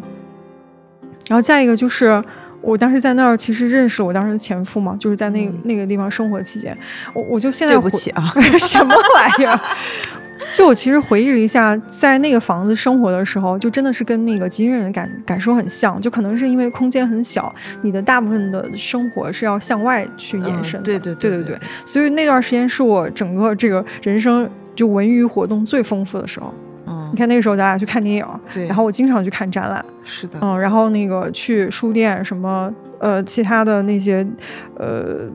B: 然后再一个就是。我当时在那儿，其实认识了我当时的前夫嘛，就是在那个、那个地方生活期间，我我就现在
A: 嗯对不
B: 回
A: 起啊，
B: 什么玩意儿？ 就我其实回忆了一下，在那个房子生活的时候，就真的是跟那个吉林人的感感受很像，就可能是因为空间很小，你的大部分的生活是要向外去延
A: 嗯
B: 伸的。
A: 对
B: 对
A: 对
B: 对
A: 对
B: 对
A: 对
B: 所以那段时间是我整个这个人生就文娱活动最丰富的时候。
A: 嗯
B: 你，看那个时候咱俩去看电影，
A: 对，
B: 然后我经常去看展览，
A: 是的，
B: 嗯，然后那个去书店什么，呃，其他的那些，呃，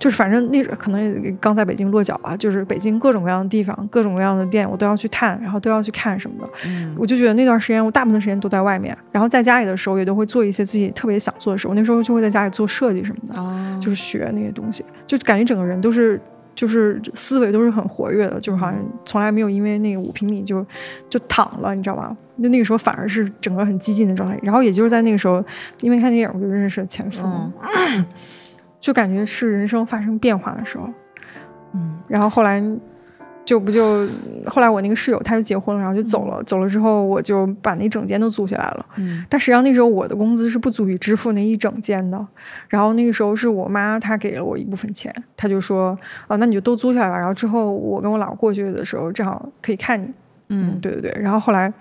B: 就是反正那可能也刚在北京落脚吧，就是北京各种各样的地方、各种各样的店，我都要去探，然后都要去看什么的。
A: 嗯
B: 我就觉得那段时间，我大部分时间都在外面，然后在家里的时候也都会做一些自己特别想做的事。我那时候就会在家里做设计什么的，
A: 哦，
B: 就是学那些东西，就感觉整个人都是。就是思维都是很活跃的，就是好像从来没有因为那个五平米就就躺了，你知道吧？那那个时候反而是整个很激进的状态。然后也就是在那个时候，因为看电影我就认识了前夫，
A: 嗯
B: 就感觉是人生发生变化的时候。嗯，然后后来就不就后来我那个室友他就结婚了，然后就走了，走了之后我就把那整间都租下来了。
C: 嗯
B: 但实际上那时候我的工资是不足以支付那一整间的，然后那个时候是我妈她给了我一部分钱，她就说啊，那你就都租下来吧，然后之后我跟我姥过去的时候正好可以看你，
C: 嗯，
B: 对对对，然后后来。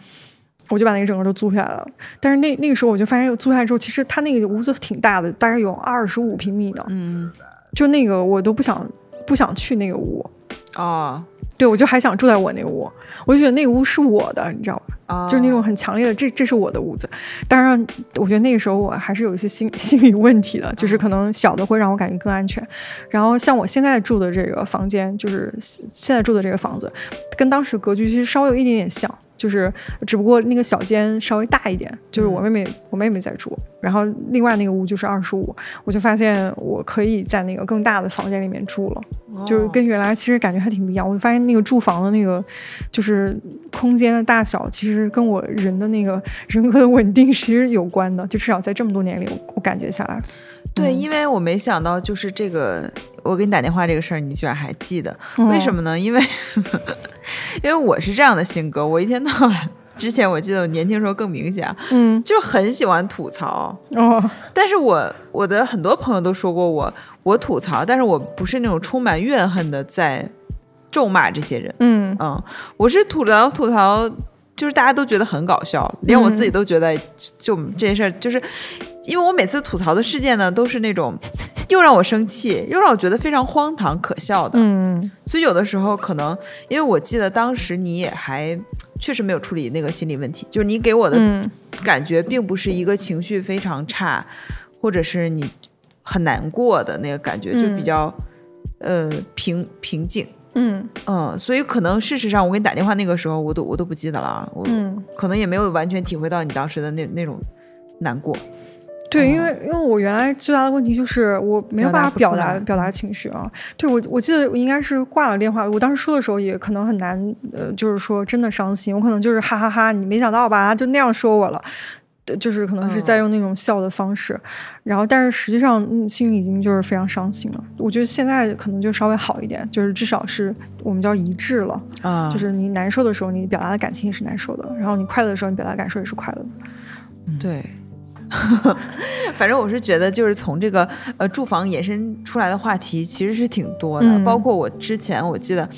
B: 我就把那个整个都租下来了，但是那那个时候我就发现，租下来之后，其实他那个屋子挺大的，大概有二十五平米的，
C: 嗯
B: 就那个我都不想不想去那个屋，
C: 哦
B: 对我就还想住在我那个屋，我就觉得那个屋是我的，你知道吧？
C: 哦，
B: 就是那种很强烈的，这这是我的屋子。当然，我觉得那个时候我还是有一些心 心理问题的，就是可能小的会让我感觉更安全。然后像我现在住的这个房间，就是现在住的这个房子，跟当时格局其实稍微有一点点像，就是只不过那个小间稍微大一点，就是我妹妹、我妹妹在住，然后另外那个屋就是二十五，我就发现我可以在那个更大的房间里面住了。就是跟原来其实感觉还挺不一样。我发现那个住房的那个，就是空间的大小，其实跟我人的那个人格的稳定其实有关的。就至少在这么多年里，我我感觉下来，
A: 哦
C: 对，
B: 嗯
C: 因为我没想到就是这个，我给你打电话这个事儿，你居然还记得，为什
B: 么？
C: 么呢？ 因为因为我是这样的性格，我一天到晚。之前我记得我年轻时候更明显啊，
B: 嗯，
C: 就很喜欢吐槽，
B: 哦，
C: 但是我我的很多朋友都说过我，我吐槽，但是我不是那种充满怨恨的在咒骂这些人，
B: 嗯，
C: 嗯，我是吐槽吐槽，就是大家都觉得很搞笑，连我自己都觉得就这件事儿，就是因为我每次吐槽的事件呢，都是那种又让我生气，又让我觉得非常荒唐可笑的，
B: 嗯，
C: 所以有的时候可能，因为我记得当时你也还确实没有处理那个心理问题，就是你给我的
B: 嗯，
C: 感觉并不是一个情绪非常差，或者是你很难过的那个感觉，就比
B: 嗯
C: 较、呃平平静。
B: 嗯，
C: 嗯，所以可能事实上，我给你打电话那个时候，我都我都不记得了啊，我、
B: 嗯。
C: 可能也没有完全体会到你当时的那那种难过。
B: 对，因
C: 嗯
B: 为因为我原来最大的问题就是我没
C: 表
B: 有
C: 达
B: 办法
C: 不出
B: 表达
C: 来
B: 表达情绪啊。对我我记得我应该是挂了电话，我当时说的时候也可能很难，呃，就是说真的伤心，我可能就是哈哈哈你没想到吧，就那样说我了。对就是可能是在
C: 嗯
B: 用那种笑的方式，然后但是实际上嗯心里已经就是非常伤心了。我觉得现在可能就稍微好一点，就是至少是我们叫一致了，
C: 啊
B: 就是你难受的时候你表达的感情也是难受的，然后你快乐的时候你表达的感受也是快乐的。嗯
C: 对， 反正我是觉得，就是从这个呃住房延伸出来的话题，其实是挺多的。
B: 嗯
C: 包括我之前我记得，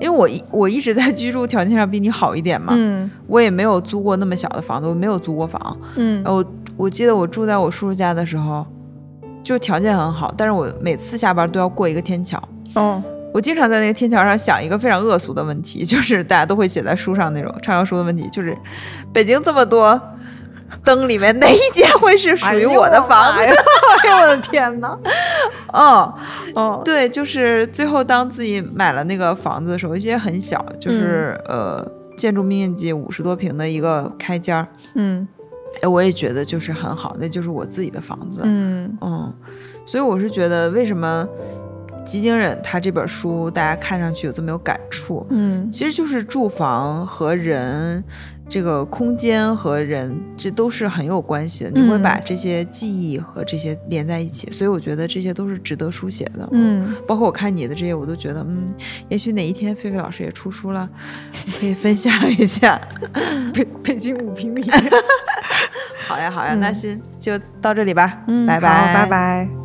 C: 因为我一我一直在居住条件上比你好一点嘛，
B: 嗯
C: 我也没有租过那么小的房子，我没有租过房。
B: 嗯
C: 呃我我记得我住在我叔叔家的时候，就条件很好，但是我每次下班都要过一个天桥。
B: 哦
C: 我经常在那个天桥上想一个非常恶俗的问题， 就是大家都会写在书上那种畅销书的问题，就是北京这么多灯里面哪一间会是属于我的房子？
B: 哎呦我的天哪！
C: 嗯，
B: 哦，
C: 对，就是最后当自己买了那个房子的时候，一些很小，就是、
B: 嗯
C: 呃建筑面积五十多平的一个开间儿，
B: 嗯
C: 哎，我也觉得就是很好，那就是我自己的房子。
B: 嗯
C: 嗯，所以我是觉得为什么《吉井忍》他这本书大家看上去有这么有感触，
B: 嗯
C: 其实就是住房和人这个空间和人，这都是很有关系的。你会
B: 嗯
C: 把这些记忆和这些连在一起，所以我觉得这些都是值得书写的。，
B: 嗯，
C: 包括我看你的这些，我都觉得，嗯， 也许哪一天菲菲老师也出书了，我可以分享一下。
B: 北北京五平米。
C: 好呀，好呀，那先就到这里吧，
B: 嗯，
C: 拜
B: 好
C: 拜，
B: 拜。拜。